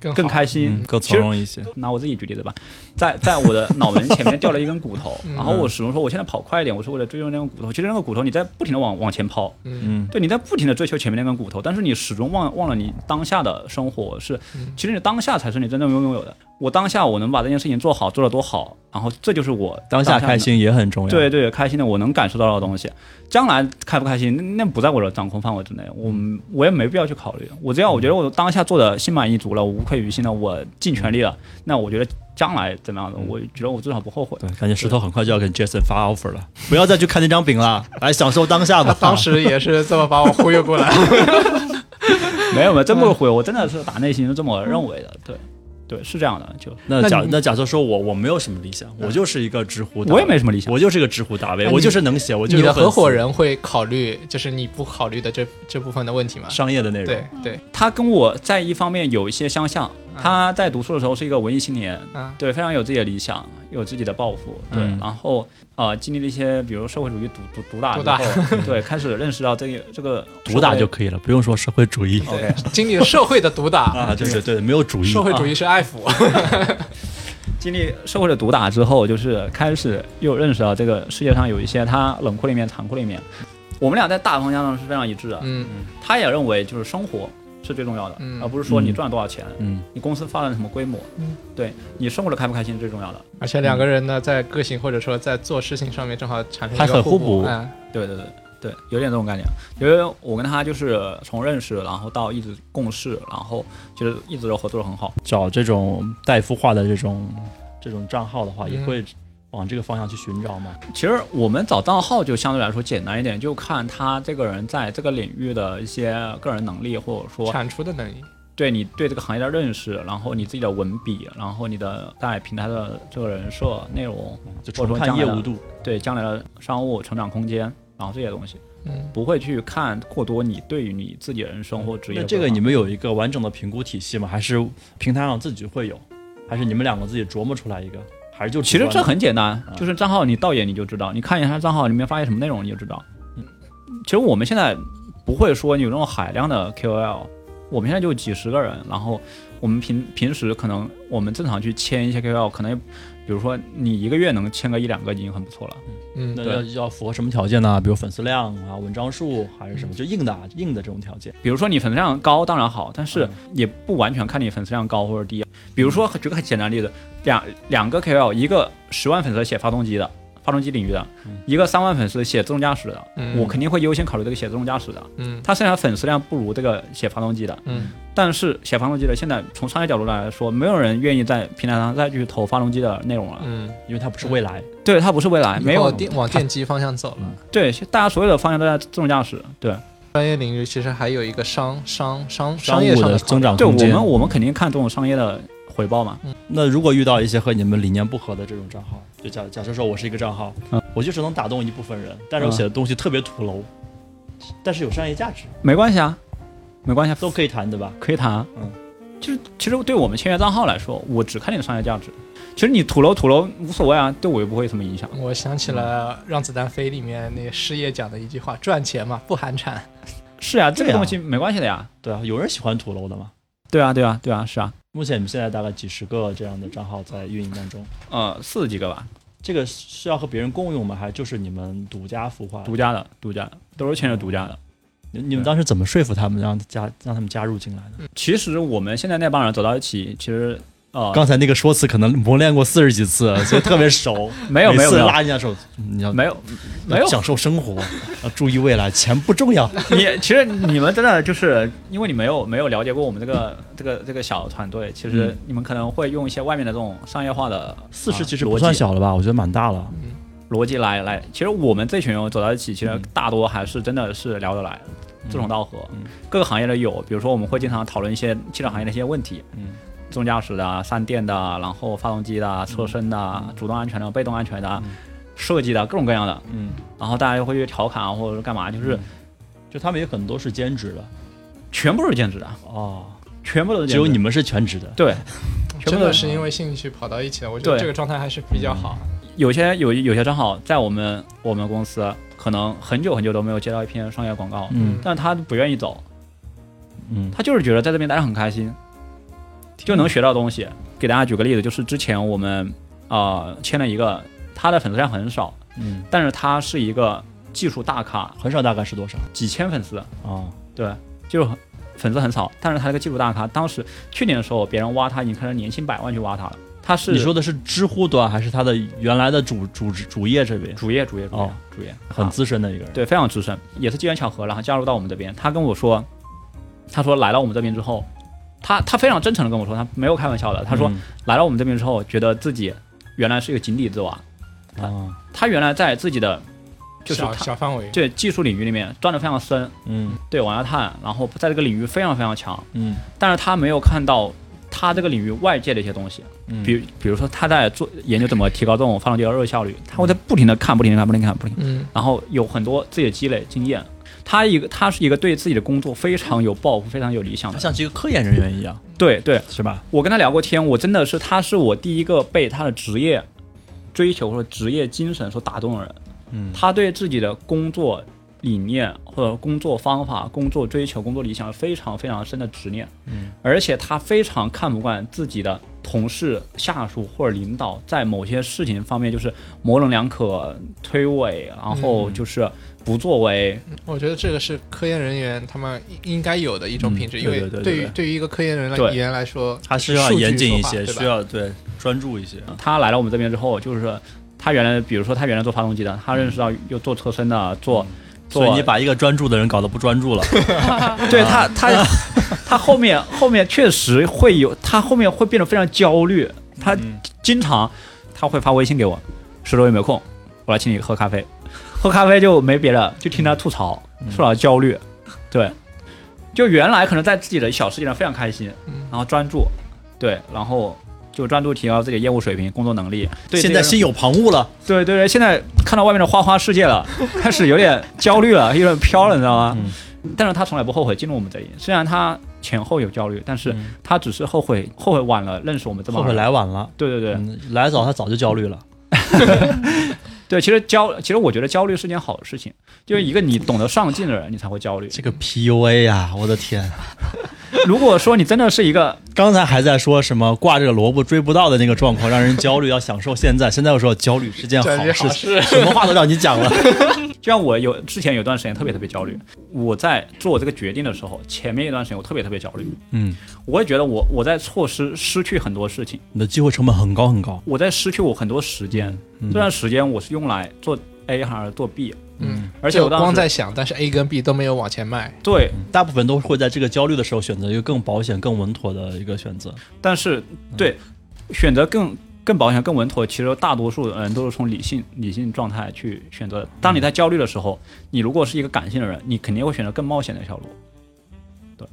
S3: 更
S4: 更
S3: 更，
S4: 开心，
S1: 嗯更
S4: 其
S1: 从
S4: 实
S1: 容一些。
S4: 拿我自己举例子吧，在在我的脑门前面掉了一根骨头
S3: 嗯
S4: 然后我始终说我现在跑快一点，我是为了追求那根骨头。其实那根骨头你在不停的往往前抛，
S3: 嗯，
S1: 嗯
S4: 对，你在不停的追求前面那根骨头，但是你始终忘忘了你当下的生活是
S3: 嗯，
S4: 其实你当下才是你真正拥有的。我当下我能把这件事情做好，做得多好，然后这就是我
S1: 当下开
S4: 能。
S1: 心也很重要。
S4: 对，对，开心的我能感受到的东西，将来开不开心那那不在我的掌控范围之内，我我也没必要去考虑。我只要我觉得我当下做的心满意足了，我无愧于心了，我尽全力了，那我觉得将来怎么样的，我觉得我至少不后悔。
S1: 对，感觉石头很快就要给 Jason 发 offer 了，不要再去看那张饼了，来享受当下
S3: 他
S1: 吧。
S3: 当时也是这么把我忽悠过 来。
S4: 没有没有，真不后悔，我真的是打内心是这么认为的。对，对，是这样的，就
S1: 那
S3: 那
S1: 假
S3: 你
S1: 那假设说我我没有什么理想，我就是一个知乎，
S4: 嗯我也没什么理想。
S1: 我就是个知乎大 V，
S3: 那
S1: 我
S3: 你
S1: 就是能写，我就
S3: 你
S1: 是
S3: 的
S1: 有粉丝
S3: 合伙人会考虑，就是你不考虑的这这部分的问题吗？
S1: 商业的内容。
S3: 对对，
S4: 他跟我在一方面有一些相像，
S3: 嗯
S4: 他在读书的时候是一个文艺青年，
S3: 啊
S4: 对，非常有自己的理想，有自己的抱负，对。
S1: 嗯
S4: 然后呃，经历了一些比如社会主义毒毒毒打
S3: 毒
S4: 之
S3: 打
S4: 后， 对，开始认识到这个这个
S1: 毒打就
S4: 社会
S1: 可以了，不用说社会主义
S4: OK
S3: 经历了社会的毒打，
S1: 啊，对对对，没有主义
S3: 社，会主义是爱抚，
S4: 经历社会的毒打之后，就是开始又认识到这个世界上有一些他冷酷的一面、残酷的一面。我们俩在大方向上是非常一致的，
S3: 嗯
S4: 他也认为就是生活是最重要的，
S3: 嗯
S4: 而不是说你
S1: 嗯
S4: 赚多少钱，
S1: 嗯，
S4: 你公司发展什么规模，
S3: 嗯
S4: 对你生活的开不开心是最重要的。
S3: 而且两个人呢，在个性或者说在做事情上面正好产生一
S1: 还
S3: 个
S1: 很
S3: 互
S1: 互
S3: 补，
S1: 补
S3: 嗯
S4: 对对对对，有点这种概念。因为我跟他就是从认识，然后到一直共事，然后就是一直都合作的很好。
S1: 找这种代孵化的这种这种账号的话，也
S3: 嗯
S1: 会往这个方向去寻找嘛。
S4: 其实我们找账号就相对来说简单一点，就看他这个人在这个领域的一些个人能力，或者说
S3: 产出的能力，
S4: 对你对这个行业的认识，然后你自己的文笔，然后你的在平台的这个人设内容，
S1: 嗯就
S4: 或者
S1: 纯
S4: 说
S1: 看
S4: 将来
S1: 业
S4: 的
S1: 务度，
S4: 对将来的商务成长空间，然后这些东西，
S3: 嗯，
S4: 不会去看过多你对于你自己的人生或职业
S1: 那
S4: 的规划。
S1: 这个你们有一个完整的评估体系吗？还是平台上自己会有？还是你们两个自己琢磨出来一个？还是就
S4: 其实这很简单
S1: 嗯，
S4: 就是账号你倒眼你就知道，你看一下他账号里面发些什么内容你就知道。其实我们现在不会说有那种海量的 KOL，我们现在就几十个人，然后我们平平时可能我们正常去签一些 KOL，可能比如说你一个月能签个一两个已经很不错了。
S3: 嗯
S1: 那
S4: 对
S1: 要要符合什么条件呢？比如粉丝量啊、文章数还是什
S4: 嗯
S1: 么？就硬的啊硬的这种条件。
S4: 比如说你粉丝量高当然好，但是
S1: 嗯
S4: 也不完全看你粉丝量高或者低。比如说举个很简单的例子，两两个 KOL，一个十万粉丝写发动机的。发动机领域的
S1: 嗯，
S4: 一个三万粉丝写自动驾驶的，
S3: 嗯
S4: 我肯定会优先考虑这个写自动驾驶的。
S3: 嗯
S4: 他虽然粉丝量不如这个写发动机的，
S3: 嗯
S4: 但是写发动机的现在从商业角度来说，没有人愿意在平台上再去投发动机的内容了。
S3: 嗯，
S1: 因为它不是未来，
S4: 对，它不是未来，哎没
S3: 以后
S4: 有
S3: 电往电机方向走了。
S4: 对，大家所有的方向都在自动驾驶。对，
S3: 专业领域其实还有一个商商商
S1: 商
S3: 业
S1: 务
S3: 上
S1: 的
S3: 的
S1: 增长
S4: 对
S1: 空
S4: 我
S1: 间。
S4: 们我们肯定看这种商业的回报嘛。
S1: 那如果遇到一些和你们理念不合的这种账号，就假假设说我是一个账号，
S4: 嗯
S1: 我就是能打动一部分人，但是我
S4: 嗯
S1: 写的东西特别土楼，但是有商业价值，
S4: 没关系啊，没关系啊，
S1: 都可以谈，对吧？
S4: 可以谈啊。
S1: 嗯，
S4: 就是其实对我们签约账号来说，我只看你的商业价值。其实你土楼土楼无所谓啊，对我又不会有什么影响。
S3: 我想起了《让子弹飞》里面那个师爷讲的一句话：“赚钱嘛，不寒碜。
S4: 是啊，这
S1: 对
S4: 个
S1: 啊
S4: 东西没关系的呀。
S1: 对啊，有人喜欢土楼的嘛？
S4: 对啊，对啊，对啊，是啊。
S1: 目前你们现在大概几十个这样的账号在运营当中，
S4: 呃，四十几个吧，
S1: 这个是要和别人共用吗？还就是你们独家孵化？
S4: 独家的，独家的，都是签着独家的。
S1: 你你们当时怎么说服他们让加让他们加入进来的？
S4: 其实我们现在那帮人走到一起，其实呃，
S1: 刚才那个说辞可能磨练过四十几 次，所以特别熟。
S4: 没有没
S1: 每
S4: 有
S1: 次
S4: 没有
S1: 拉人家手，你要
S4: 没有没有
S1: 要，享受生活，要注意 未来，钱不重要。
S4: 你其实你们真的就是因为你没有没有了解过我们这个这个这个小团队，其实
S1: 嗯
S4: 你们可能会用一些外面的这种商业化的
S1: 四十
S4: 啊
S1: 其实
S4: 逻
S1: 不
S4: 辑
S1: 算小了吧？我觉得蛮大了。
S4: 逻辑来来，其实我们这群人走到一起，其实
S1: 嗯
S4: 大多还是真的是聊得来，志同道合
S1: 嗯。
S4: 各个行业的有，比如说我们会经常讨论一些汽车行业的一些问题，
S1: 嗯，
S4: 自动驾驶的啊、三电的啊，然后发动机的啊、车身的啊、主动安全的、被动安全的啊、
S1: 嗯
S4: 设计的啊各种各样的，
S1: 嗯，
S4: 然后大家又会去调侃啊或者是干嘛，就是
S1: 就他们有很多是兼职的
S4: 全部都是兼职的，
S1: 哦，
S4: 全部都是
S1: 只
S4: 兼职
S1: 有
S4: 的
S1: 你们是全职的。
S4: 对，”全部
S3: 真
S4: 都
S3: 的
S4: 是
S3: 是因为兴趣跑到一起了，我觉得
S4: 对嗯
S3: 这个状态还是比较好。
S4: 有些有有些账号在我们我们公司可能很久很久都没有接到一篇商业广告，
S1: 嗯
S4: 但他不愿意走，
S1: 嗯，
S4: 他就是觉得在这边待着很开心，就能学到东西。给大家举个例子，就是之前我们啊签了一个，他的粉丝量很少，
S1: 嗯，
S4: 但是他是一个技术大咖，
S1: 很少大概是多少
S4: 几千粉丝，
S1: 哦，
S4: 对，就是很粉丝很少，但是他是个技术大咖。当时去年的时候，别人挖他已经开始年薪百万去挖他了，他是
S1: 你说的是知乎端还是他的原来的主主主业这边
S4: 主业主业主业、
S1: 哦
S4: 主业
S1: 很
S4: 啊
S1: 资深的一个人？
S4: 对，非常资深，也是机缘巧合，然后加入到我们这边。他跟我说，他说来到我们这边之后，他他非常真诚的跟我说，他没有开玩笑的。他说、
S1: 嗯
S4: 来到我们这边之后，觉得自己原来是一个井底之蛙，
S1: 啊，
S4: 他原来在自己的就是
S3: 小
S4: 他
S3: 小范围，
S4: 这技术领域里面钻得非常深，
S1: 嗯
S4: 对，往下探，然后在这个领域非常非常强，
S1: 嗯
S4: 但是他没有看到。他这个领域外界的一些东西，
S1: 嗯，
S4: 比如比如说他在做研究怎么提高这种发动机的热效率，他会在不停的看，不停的看，不停的看，不停地看
S3: 嗯
S4: 然后有很多自己的积累经验。他一个，他是一个对自己的工作非常有抱负、非常有理想
S1: 他
S4: 的。
S1: 像是一个科研人员一样，
S4: 对对，
S1: 是吧？
S4: 我跟他聊过天，我真的是他是我第一个被他的职业追求或者职业精神所打动的人。
S1: 嗯，
S4: 他对自己的工作理念或者工作方法、工作追求、工作理想有非常非常深的执念。
S1: 嗯，
S4: 而且他非常看不惯自己的同事、下属或者领导在某些事情方面就是模棱两可、推诿，然后就是不作为。
S3: 我觉得这个是科研人员他们应应该有的一种
S1: 嗯
S3: 品
S1: 对
S3: 质，因为
S1: 对对
S3: 对
S1: 对
S3: 于
S1: 对
S3: 对于一个科研人来
S4: 对
S3: 言来说，
S1: 他是要
S3: 数据
S1: 严谨一
S3: 说话
S1: 些，
S3: 对吧
S1: 需要对专注一些。
S4: 他来了我们这边之后，就是他原来，比如说他原来做发动机的，他认识到有做车身的，做做
S1: 所
S4: 啊
S1: 以你把一个专注的人搞得不专注了，
S4: 对 他，他他后面后面确实会有，他后面会变得非常焦虑。他
S1: 嗯
S4: 经常他会发微信给我，石头有没有空？我来请你喝咖啡。喝咖啡就没别的，就听他吐槽，
S1: 嗯
S4: 吐槽焦虑。对，就原来可能在自己的小事情上非常开心，
S3: 嗯
S4: 然后专注，对，然后就专注提高自己的业务水平、工作能力。对
S1: 现
S4: 这
S1: 在
S4: 个
S1: 心有旁骛了。
S4: 对对对，现在看到外面的花花世界了，开始有点焦虑了，有点飘了，你知道
S1: 嗯
S4: 吗？但是他从来不后悔进入我们这里，虽然他前后有焦虑，但是
S1: 嗯
S4: 他只是后悔后悔晚了认识我们这么
S1: 后悔来晚了，
S4: 对对啊对、
S1: 嗯，来早他早就焦虑了。
S4: 对，其实焦，其实我觉得焦虑是件好事情，就是一个你懂得上进的人，你才会 焦虑。
S1: 这个 PUA 呀、我的天！
S4: 如果说你真的是一个
S1: 刚才还在说什么挂这个萝卜追不到的那个状况，让人焦虑，要享受现在。现在又说焦虑是件好
S3: 这是好
S1: 事，什么话都让你讲了。
S4: 就像我有之前有段时间特别特别焦虑，我在做这个决定的时候，前面一段时间我特别特别焦虑，
S1: 嗯，
S4: 我会觉得我我在错失失去很多事情，
S1: 你的机会成本很高很高。
S4: 我在失去我很多时间，
S1: 嗯
S4: 这段时间我是用来做 A 还是做 B，
S3: 嗯，
S4: 而且我
S3: 就
S4: 当时
S3: 光在想，但是 A 跟 B 都没有往前迈，
S4: 对，
S1: 大部分都会在这个焦虑的时候选择一个更保险、更稳妥的一个选择。
S4: 但是
S1: 嗯
S4: 对选择更更保险、更稳妥，其实大多数人都是从理性理性状态去选择的。当你
S1: 嗯
S4: 在焦虑的时候，你如果是一个感性的人，你肯定会选择更冒险的一条路。对，是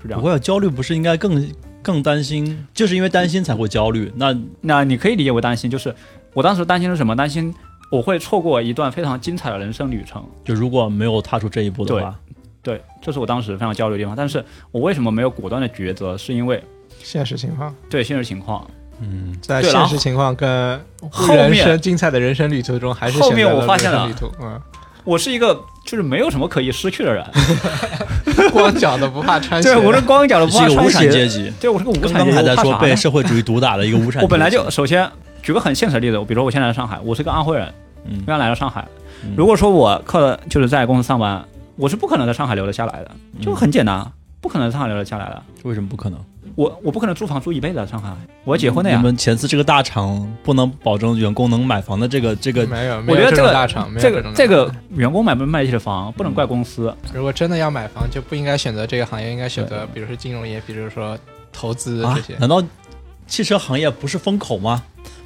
S4: 这
S1: 不
S4: 样。
S1: 会啊，焦虑不是应该更更担心，就是因为担心才会焦虑。那
S4: 那你可以理解为担心，就是我当时担心是什么？担心我会错过一段非常精彩的人生旅程。
S1: 就如果没有踏出这一步的话，
S4: 对，这是我当时非常焦虑的地方。但是我为什么没有果断的抉择？是因为
S3: 现实情况，
S4: 对现实情况，
S1: 嗯，
S3: 在
S4: 对然
S3: 现
S4: 后
S3: 实情况跟
S4: 后面
S3: 人生精彩的人生旅途中，还是
S4: 后面
S3: 选择
S4: 我发现
S3: 了
S4: 了
S3: 人生旅途，嗯，
S4: 我是一个就是没有什么可以失去 的人，
S3: 光脚的不怕穿鞋
S4: 对，，我是光脚的，
S1: 你
S4: 不
S1: 是
S4: 怕
S1: 一个无
S4: 穿
S1: 产阶
S4: 鞋。
S1: 级。
S4: 对，我是个无
S1: 刚
S4: 产阶
S1: 刚
S4: 级，
S1: 还在
S4: 我怕
S1: 说
S4: 啥
S1: 被
S4: 呢
S1: 社会主义毒打的一个无产阶级。
S4: 我本来就首先举个很现实的例子，我比如说我现在在上海，我是个安徽人，
S1: 嗯
S4: 刚来到上海
S1: 嗯。
S4: 如果说我刻就是在公司上班，我是不可能在上海留得下来的，
S1: 嗯
S4: 就很简单，不可能在上海留得下来的。
S1: 为什么不可能？
S4: 我我不可能租房租一辈子在上海，我要结婚的呀
S1: 你。们前司这个大厂不能保证员工能买房的这个这个，
S3: 没有，没
S4: 我觉
S3: 有这
S4: 得这
S3: 种
S4: 个
S3: 大厂，没有
S4: 这个
S3: 种大
S4: 这个
S3: 厂，
S4: 员工买不卖得起的房，不能怪公司。
S1: 嗯
S3: 如果真的要买房，就不应该选择这个行业，应该选择比如说金融业，比如说投资
S1: 啊
S3: 这些。？
S1: 难道汽车行业不是风口吗？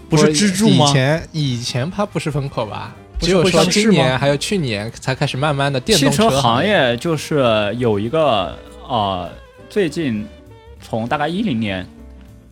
S1: 不
S3: 我
S1: 是支柱吗
S3: 以？前以前它不是风口吧？
S1: 不
S3: 只
S1: 是
S3: 有
S1: 会
S3: 说
S1: 上市
S3: 今
S1: 吗
S3: 年还有去年才开始慢慢的电
S4: 汽
S3: 动
S4: 车行
S3: 业，
S4: 业就是有一个呃，最近从大概一零年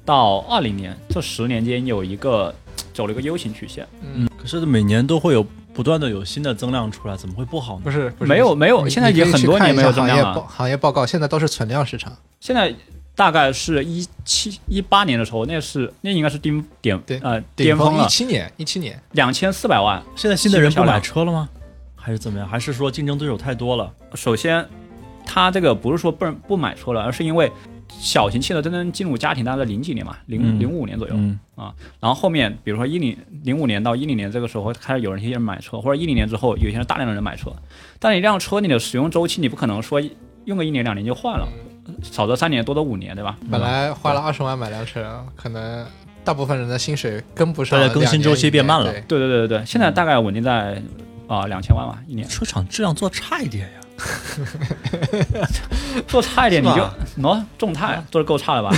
S4: 到二零年这十年间有一个走了一个 U 型曲线。
S3: 嗯，
S1: 可是每年都会有不断的有新的增量出来，怎么会不好呢？
S3: 不是不是
S4: 没有没有，
S3: 你
S4: 现在已
S3: 你可以
S4: 经很
S3: 去
S4: 多
S3: 看
S4: 年
S3: 一
S4: 没
S3: 下
S4: 有增
S3: 行
S4: 量
S3: 业
S4: 了
S3: 报。行业报告现在都是存量市场，
S4: 现在大概是一七一八年的时候，那是那应该是巅点
S3: 对
S4: 呃巅
S3: 顶
S4: 峰
S3: 峰一
S4: 了，
S3: 七年一七年，
S4: 两千四百万。
S1: 现在新的人不买车了吗？还是怎么样？还是说竞争对手太多了？
S4: 首先，它这个不是说不不买车了，而是因为小型汽车真正进入家庭，大概在零几年嘛，零
S1: 嗯
S4: 零五年左右。
S1: 嗯，
S4: 然后后面比如说一零零五年到一零年这个时候开始有人一些人买车，或者一零年之后有些人大量的人买车，但一辆车你的使用周期你不可能说用个一年两年就换了，少则三年多则五年，对吧？
S3: 本来花了二十万买辆车，可能大部分人的薪水跟不上
S1: 大
S3: 两
S1: 家
S3: 年一年，
S1: 更新周期变慢了
S3: 对
S4: 对对对对对，现在大概稳定在啊两千万吧一年。
S1: 车厂质量做差一点呀。
S4: 做差一点你
S1: 是
S4: 就
S1: 吧
S4: 喏，众泰做的够差了吧？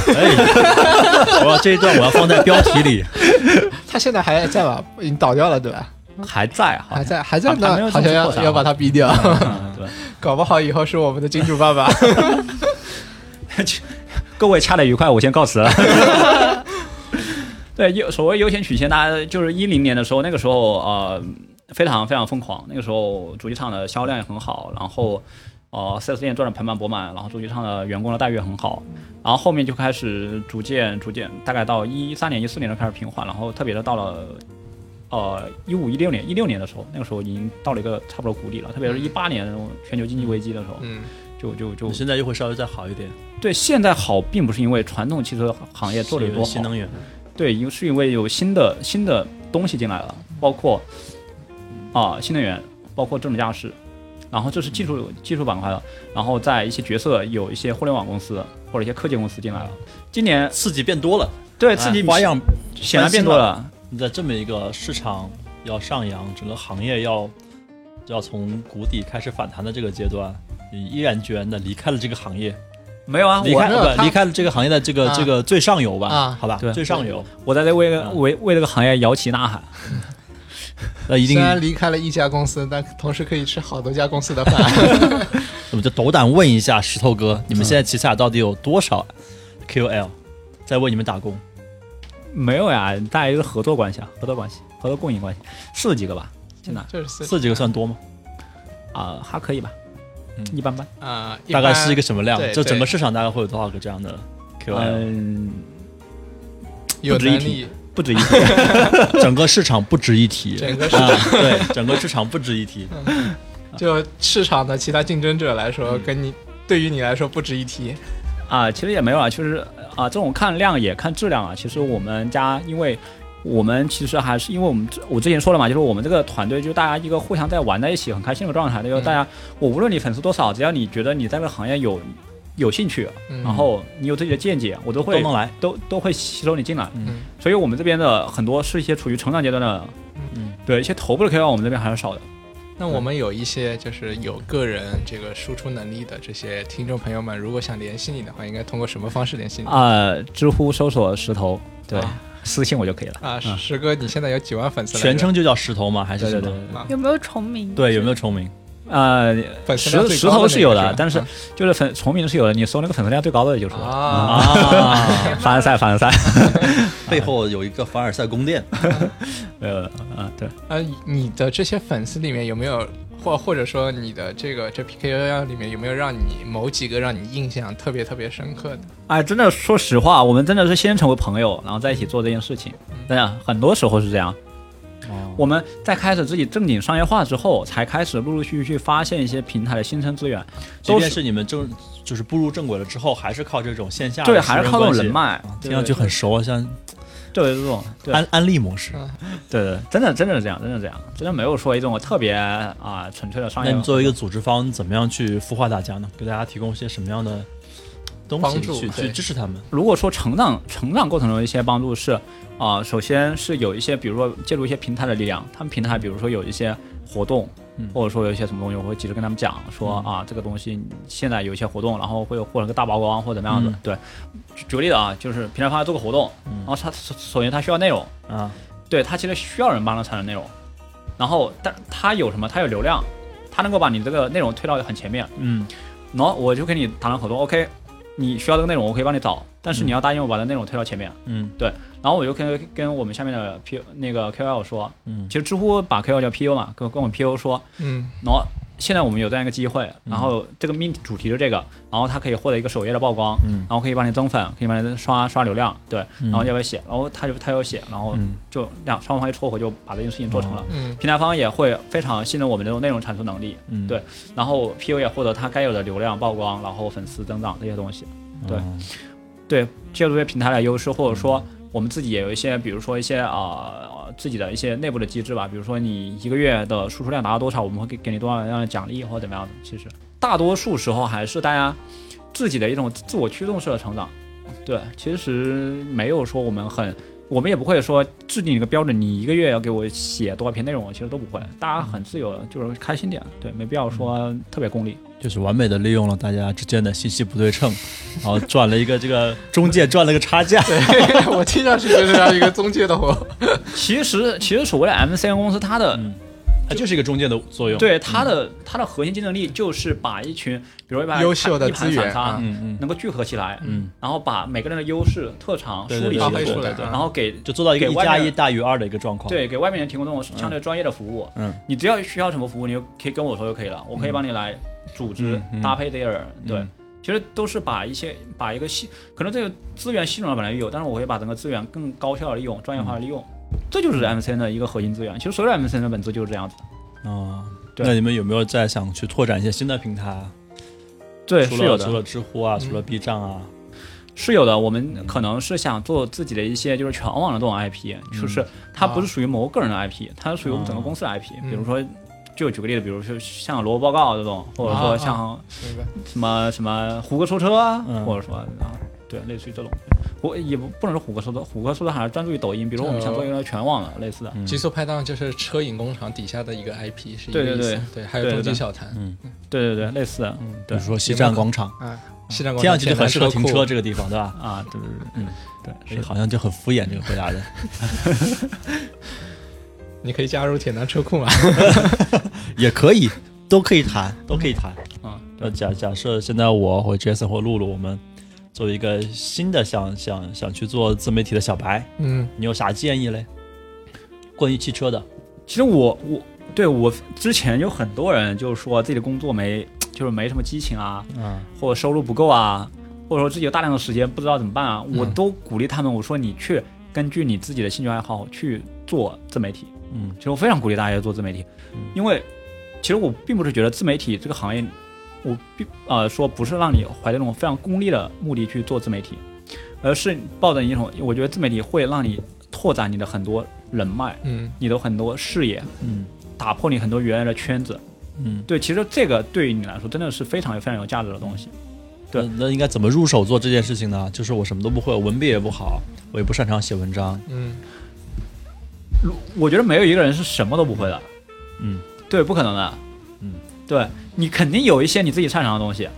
S1: 我要这一段我要放在标题里。
S3: 他现在还在吧？已经倒掉了对吧？
S4: 还在哈，
S3: 还在还在
S4: 还没
S3: 呢，
S4: 有
S3: 好像要
S4: 做啥
S3: 要把他逼掉，
S4: 嗯对，
S3: 搞不好以后是我们的金主爸爸。
S4: 各位掐的愉快，我先告辞了。对，优所谓优先曲线，大家就是一零年的时候，那个时候呃非常非常疯狂，那个时候主机厂的销量也很好，然后呃四 S 店赚的盆满钵满，然后中级上的员工的待遇也很好，然后后面就开始逐渐逐渐，大概到一三年一四年就开始平缓，然后特别的到了。呃，一五一六年，一六年的时候，那个时候已经到了一个差不多谷底了。特别是一八年全球经济危机的时候，
S3: 嗯，
S4: 就就 就
S1: 现在又会稍微再好一点，
S4: 对现在好，并不是因为传统汽车行业做的有多
S1: 新
S4: 好，
S1: 能源，
S4: 对，因为是因为有新的新的东西进来了，包括啊新能源，包括智能驾驶，然后这是技术技术板块了，然后在一些角色有一些互联网公司或者一些科技公司进来了，今年
S1: 刺激变多了，
S4: 对刺激
S1: 哎花样
S4: 显然变多了，
S1: 你在这么一个市场要上扬，整个行业要要从谷底开始反弹的这个阶段，你毅然决然的离开了这个行业，
S4: 没有啊，
S1: 离
S4: 我
S1: 开
S3: 没有
S1: 不
S3: 他
S1: 离开了这个行业的这个
S3: 啊
S1: 这个最上游吧
S3: 啊，
S1: 好吧
S4: 对，
S1: 最上游，
S4: 我在这为为为这个行业摇旗呐喊，
S1: 那一
S3: 虽
S1: 定
S3: 然离开了一家公司，但同时可以吃好多家公司的 饭。
S1: 我们就斗胆问一下石头哥，你们现在旗下到底有多少 QL 在为你们打工？
S4: 没有呀，大家就是合作关系啊，合作关系，合作供应关系，四十几个吧，现在
S3: 就是四
S1: 四几个算多吗？
S4: 啊、还可以吧，
S1: 嗯
S4: 一般般。
S3: 啊，一
S1: 大
S3: 般
S1: 概是一个什么量？
S3: 对
S1: 就整个市场大概会有多少个这样的 QL？
S4: 嗯，
S3: 有
S4: 不值一
S3: 能
S4: 提
S3: 力，
S4: 不止一个。
S1: 整个市场不值一提，
S3: 整
S4: 嗯
S3: 个市
S1: 啊， 对，整个市场不值一提。
S3: 就市场的其他竞争者来
S4: 嗯
S3: 说，跟你对于你来说不值一提。
S4: 啊，其实也没有啊，就是啊，这种看量也看质量啊。其实我们家，因为我们其实还是因为我们之我之前说了嘛，就是我们这个团队就大家一个互相在玩在一起，很开心的状态。就是
S3: 嗯
S4: 大家，我无论你粉丝多少，只要你觉得你在这个行业有有兴趣，
S3: 嗯
S4: 然后你有自己的见解，我都
S1: 都
S4: 会
S1: 能来，
S4: 都都会吸收你进来。
S3: 嗯，
S4: 所以我们这边的很多是一些处于成长阶段的，
S1: 嗯，
S4: 对一些头部的 KOL，我们这边还是少的。
S3: 那我们有一些就是有个人这个输出能力的这些听众朋友们，如果想联系你的话，应该通过什么方式联系你？
S4: 啊，知乎搜索石头，对，
S3: 啊
S4: 私信我就可以了。
S3: 啊，
S4: 嗯
S3: 石哥，你现在有几万粉丝来着？
S1: 全称就叫石头吗？还是
S4: 对
S1: 什
S4: 对
S1: 么？
S4: 对，
S2: 有没有重名？
S1: 对有没有重名？啊
S4: 呃，
S3: 啊粉丝量
S4: 石
S3: 最
S4: 石
S3: 高
S4: 头
S3: 那
S4: 是
S3: 个
S4: 有
S3: 吧
S4: 的，但是就是粉重名是有的，你搜那个粉丝量最高的就是了。
S3: 啊
S1: 啊，
S4: 凡尔赛，凡尔赛，
S1: 背后有一个凡尔赛宫殿，
S4: 呃，啊，对，
S3: 呃，你的这些粉丝里面有没有，或或者说你的这个这 PKL 里面有没有让你某几个让你印象特别特别深刻的？
S4: 哎，真的，说实话，我们真的是先成为朋友，然后在一起做这件事情，真的，很多时候是这样。
S1: 哦
S4: 我们在开始自己正经商业化之后，才开始陆陆续续去发现一些平台的新生资源，
S1: 即
S4: 都
S1: 便是你们正就是步入正轨了之后，还是靠这种线下的
S4: 对，还是靠这种
S1: 熟
S4: 人
S1: 关系。
S4: 脉，
S1: 听上去很熟啊，像
S4: 对对对这种，对
S1: 安安利模式。
S4: 对对，真的真的是这样，真的是这样，真的没有说一种特别啊纯粹的商
S1: 那
S4: 业。
S1: 你作为一个组织方，怎么样去孵化大家呢？给大家提供一些什么样的东西
S3: 帮助
S1: 去去
S3: 对
S1: 支持他们？
S4: 如果说成长成长过程中的一些帮助是，啊、首先是有一些，比如说借助一些平台的力量，他们平台比如说有一些活动，
S1: 嗯
S4: 或者说有一些什么东西，我会及时跟他们讲说、啊，这个东西现在有一些活动，然后会有获得个大曝光或者怎么样子。
S1: 嗯
S4: 对，举举个例子啊，就是平台方要做个活动，
S1: 嗯
S4: 然后他首首先他需要内容，
S1: 啊，
S4: 对他其实需要人帮他产生内容，然后但他有什么？他有流量，他能够把你这个内容推到很前面，
S1: 嗯，
S4: 然后我就跟你谈了合同，OK，你需要这个内容，我可以帮你找，但是你要答应我把这内容推到前面。
S1: 嗯
S4: 然后我就跟跟我们下面的 P 那个 KOL 说，
S1: 嗯
S4: 其实知乎把 KOL 叫 PU 嘛，跟跟我们 PU 说，
S3: 嗯
S4: 然后现在我们有这样一个机会，
S1: 嗯
S4: 然后这个命主题是这个，然后他可以获得一个首页的曝光，
S1: 嗯
S4: 然后可以帮你增粉，可以帮你刷刷流量，对，
S1: 嗯
S4: 然后要不要写？然后他就他要写，然后
S1: 嗯
S4: 就两双方一撮合就把这件事情做
S1: 哦
S4: 成了。
S3: 嗯
S4: 平台方也会非常信任我们这种内容产出能力，
S1: 嗯，
S4: 对然后 PU 也获得它该有的流量曝光，然后粉丝增长这些东西。对
S1: 嗯
S4: 对，借助这些平台的优势，或者说我们自己也有一些，比如说一些啊、呃、自己的一些内部的机制吧，比如说你一个月的输出量达到多少，我们会给给你多少样的奖励或者怎么样的。其实大多数时候还是大家自己的一种自我驱动式的成长。对，其实没有说我们很。我们也不会说制定一个标准，你一个月要给我写多少篇内容，其实都不会，大家很自由，就是开心点，对，没必要说特别功利。
S1: 就是完美的利用了大家之间的信息不对称，然后赚了一个这个中介赚了个差价。
S3: 对， 我听上去就是这样一个中介的活。
S4: 其实，其实所谓的 MCN 公司，它的
S1: 嗯，它就是一个中介的作用。，
S4: 对它的它的核心竞争力就是把一群，比如一盘
S3: 优秀的
S4: 一盘
S3: 资源
S4: 散沙
S3: 啊
S1: 嗯嗯
S4: 能够聚合起来，
S1: 嗯，
S4: 然后把每个人的优势特长
S1: 对
S4: 梳理
S1: 对
S4: 起
S1: 对
S4: 来
S1: 对
S3: 对对
S4: 然后给
S1: 就做到一个
S4: 给
S1: 一
S4: 外
S1: 加
S4: 面
S1: 一大于二的一个状况。，
S4: 对给外面人提供这种相对专业的服务。
S1: 嗯，
S4: 你只要需要什么服务，你就可以跟我说就可以了，我可以帮你来组织
S1: 嗯嗯
S4: 搭配 there，、对
S1: 嗯，
S4: 其实都是把一些把一个系，可能这个资源系统上本来就有，但是我会把整个资源更高效的利用，专业化的利用，
S1: 嗯
S4: 这就是 MCN 的一个核心资源。其实所有 MCN 的本质就是这样子的。
S1: 哦，
S4: 对
S1: 那你们有没有在想去拓展一些新的平台啊？
S4: 对，
S1: 除
S4: 是有
S1: 了
S4: 的
S1: 除。了知乎啊，
S3: 嗯
S1: 除了 B 站啊，
S4: 是有的，我们可能是想做自己的一些就是全网的这种 IP，、就是它不是属于某个人的 IP，它是属于我们整个公司的 IP、
S3: 嗯
S4: 比如说，就举个例子，比如说像萝卜报告这种，或者说像
S3: 明白。
S4: 什么什么胡歌说车啊，
S1: 嗯
S4: 或者说啊，对，类似于这种。我也不不能说虎哥说车，虎哥说车还是专注于抖音，比如说我们想做一个全网的类似的。
S1: 嗯
S3: 极速拍档就是车影工厂底下的一个 IP，是一
S4: 对
S3: 个
S4: 对
S3: 意
S4: 对
S3: 思。对，还有
S4: 对对
S3: 冬季
S4: 对
S3: 小谈，
S1: 嗯，
S4: 对对对，类似的
S1: 嗯比
S4: 对
S1: 如说西站广场，
S3: 啊，西站广
S1: 听上
S3: 场
S1: 去就很适合停
S3: 前
S1: 车
S3: 台库。
S1: 这个地方，对吧？
S4: 啊，对对对，嗯，对，
S1: 哎
S4: 是
S1: 好像就很敷衍这个回答的，
S3: 你可以加入铁南车库嘛？
S1: 也可以，都可以谈，都可以谈。
S4: 嗯啊，对
S1: 那假假设现在我和 Jason 或露露，我们作为一个新的想想想去做自媒体的小白，
S3: 嗯，
S1: 你有啥建议嘞？关于汽车的，
S4: 其实我我对我之前有很多人就是说自己的工作没就是没什么激情啊，
S1: 嗯
S4: 或者收入不够啊，或者说自己有大量的时间不知道怎么办啊，我
S3: 嗯
S4: 都鼓励他们，我说你去根据你自己的兴趣爱好去做自媒体。
S1: 嗯
S4: 其实我非常鼓励大家去做自媒体
S1: 嗯，
S4: 因为其实我并不是觉得自媒体这个行业，我并呃说不是让你怀着那种非常功利的目的去做自媒体，而是抱着一种我觉得自媒体会让你拓展你的很多人脉，
S3: 嗯，
S4: 你的很多视野，
S1: 嗯
S4: 打破你很多原来的圈子。
S1: 嗯，
S4: 对，其实这个对于你来说真的是非常非常有价值的东西。对
S1: 那那应该怎么入手做这件事情呢？就是我什么都不会，文笔也不好，我也不擅长写文章，
S3: 嗯，
S4: 如我觉得没有一个人是什么都不会的，
S1: 嗯
S4: 对，不可能的。
S1: 嗯，
S4: 对你肯定有一些你自己擅长的东西。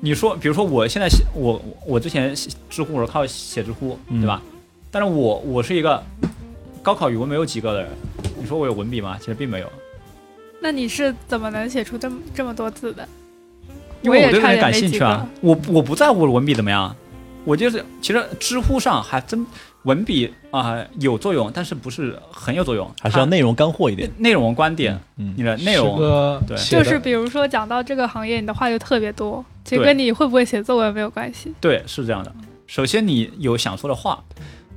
S4: 你说，比如说我现在写我我之前写知乎我是靠写知乎，
S1: 嗯
S4: 对吧？但是我我是一个高考语文没有及格的人，你说我有文笔吗？其实并没有，
S2: 那你是怎么能写出这么这么多字的？
S4: 因为我
S2: 也
S4: 对这
S2: 差
S4: 个
S2: 点
S4: 感
S2: 没
S4: 兴
S2: 及
S4: 趣
S2: 格
S4: 啊。我我不在乎我的文笔怎么样，我就是其实知乎上还真文笔啊、有作用，但是不是很有作用，
S1: 还是要内容干货一
S4: 它内
S1: 点。
S4: 内容观点，
S1: 嗯
S4: 你的呃内容
S3: 是个
S4: 对
S3: 写
S2: 就
S3: 的
S2: 是比如说讲到这个行业，你的话就特别多，其实
S4: 对
S2: 跟你会不会写作文没有关系。
S4: 对，是这样的。首先，你有想说的话，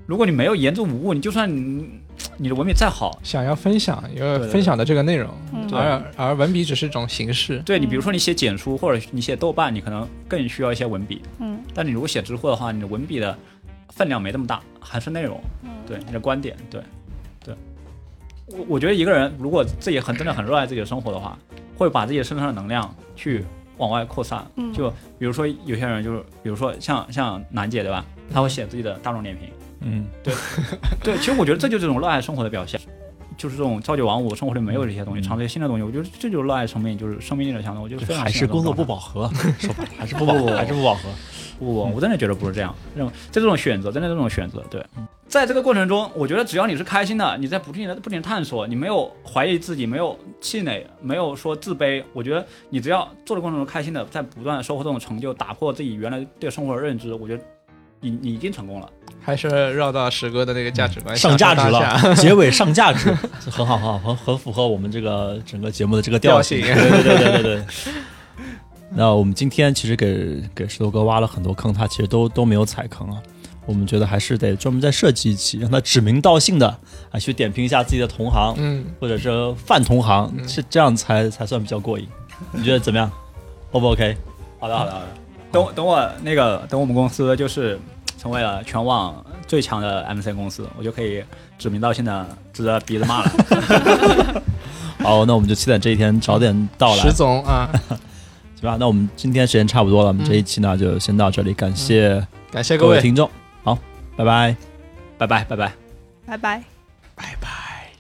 S4: 如果你没有言之无物，你就算你你的文笔再好，
S3: 想要分享一
S4: 对
S3: 个
S4: 对
S3: 分享的这个内容，
S2: 嗯
S4: 对
S3: 而而文笔只是一种形式。
S4: 对你
S2: 嗯
S4: 比如说你写简书或者你写豆瓣，你可能更需要一些文笔。
S2: 嗯
S4: 但你如果写知乎的话，你的文笔的分量没那么大，还是内容，
S2: 嗯，
S4: 对你的观点，对对。我我觉得一个人如果自己很真的很热爱自己的生活的话，会把自己身上的能量去往外扩散。
S2: 嗯
S4: 就比如说有些人就是，比如说像像楠姐对吧，她会写自己的大众点评。
S1: 嗯
S4: 对，其实我觉得这就是这种热爱生活的表现，就是这种朝九晚五，生活里没有这些东西，
S1: 嗯
S4: 尝试一些新的东西。我觉得这就是热爱生命，就是生命力的强大。我觉得非常
S1: 还
S4: 喜
S1: 是
S4: 欢这
S1: 工
S4: 种
S1: 作不
S4: 状态
S1: 饱和， 说白了还是不饱和，
S4: 不
S1: 还是不饱和。
S4: 不
S1: 嗯
S4: 不，我真的觉得不是这样。这种这种选择，真的这种选择，对。
S1: 嗯
S4: 在这个过程中，我觉得只要你是开心的，你在不停的不停地探索，你没有怀疑自己，没有气馁，没有说自卑，我觉得你只要做的过程中开心的，在不断的收获这种成就，打破自己原来对生活的认知，我觉得你你已经成功了。
S3: 还是绕到石哥的那个价值观，
S1: 上价值
S3: 享受当下，
S1: 了，结尾上价值，这很好，很好，很很符合我们这个整个节目的这个性。
S3: 调
S1: 对对对对对对。那我们今天其实给给石头哥挖了很多坑，他其实都都没有踩坑啊。我们觉得还是得专门再设计一期，让他指名道姓的啊去点评一下自己的同行
S3: 嗯，
S1: 或者这泛同行，
S3: 嗯
S1: 是这样才才算比较过瘾。你觉得怎么样？O 不 OK？
S4: 好的，好的，好的。等等我那个等我们公司就是成为了全网最强的 MC 公司，我就可以指名道姓的指着鼻子骂了。
S1: 好，那我们就期待这一天早点到来
S3: 石。总啊，
S1: 行吧，那我们今天时间差不多了，我们这一期呢就先到这里，感谢
S3: 感谢
S1: 各
S3: 各
S1: 位
S3: 位。
S1: 听众，好，拜拜。
S4: 拜拜，拜拜。
S2: 拜拜。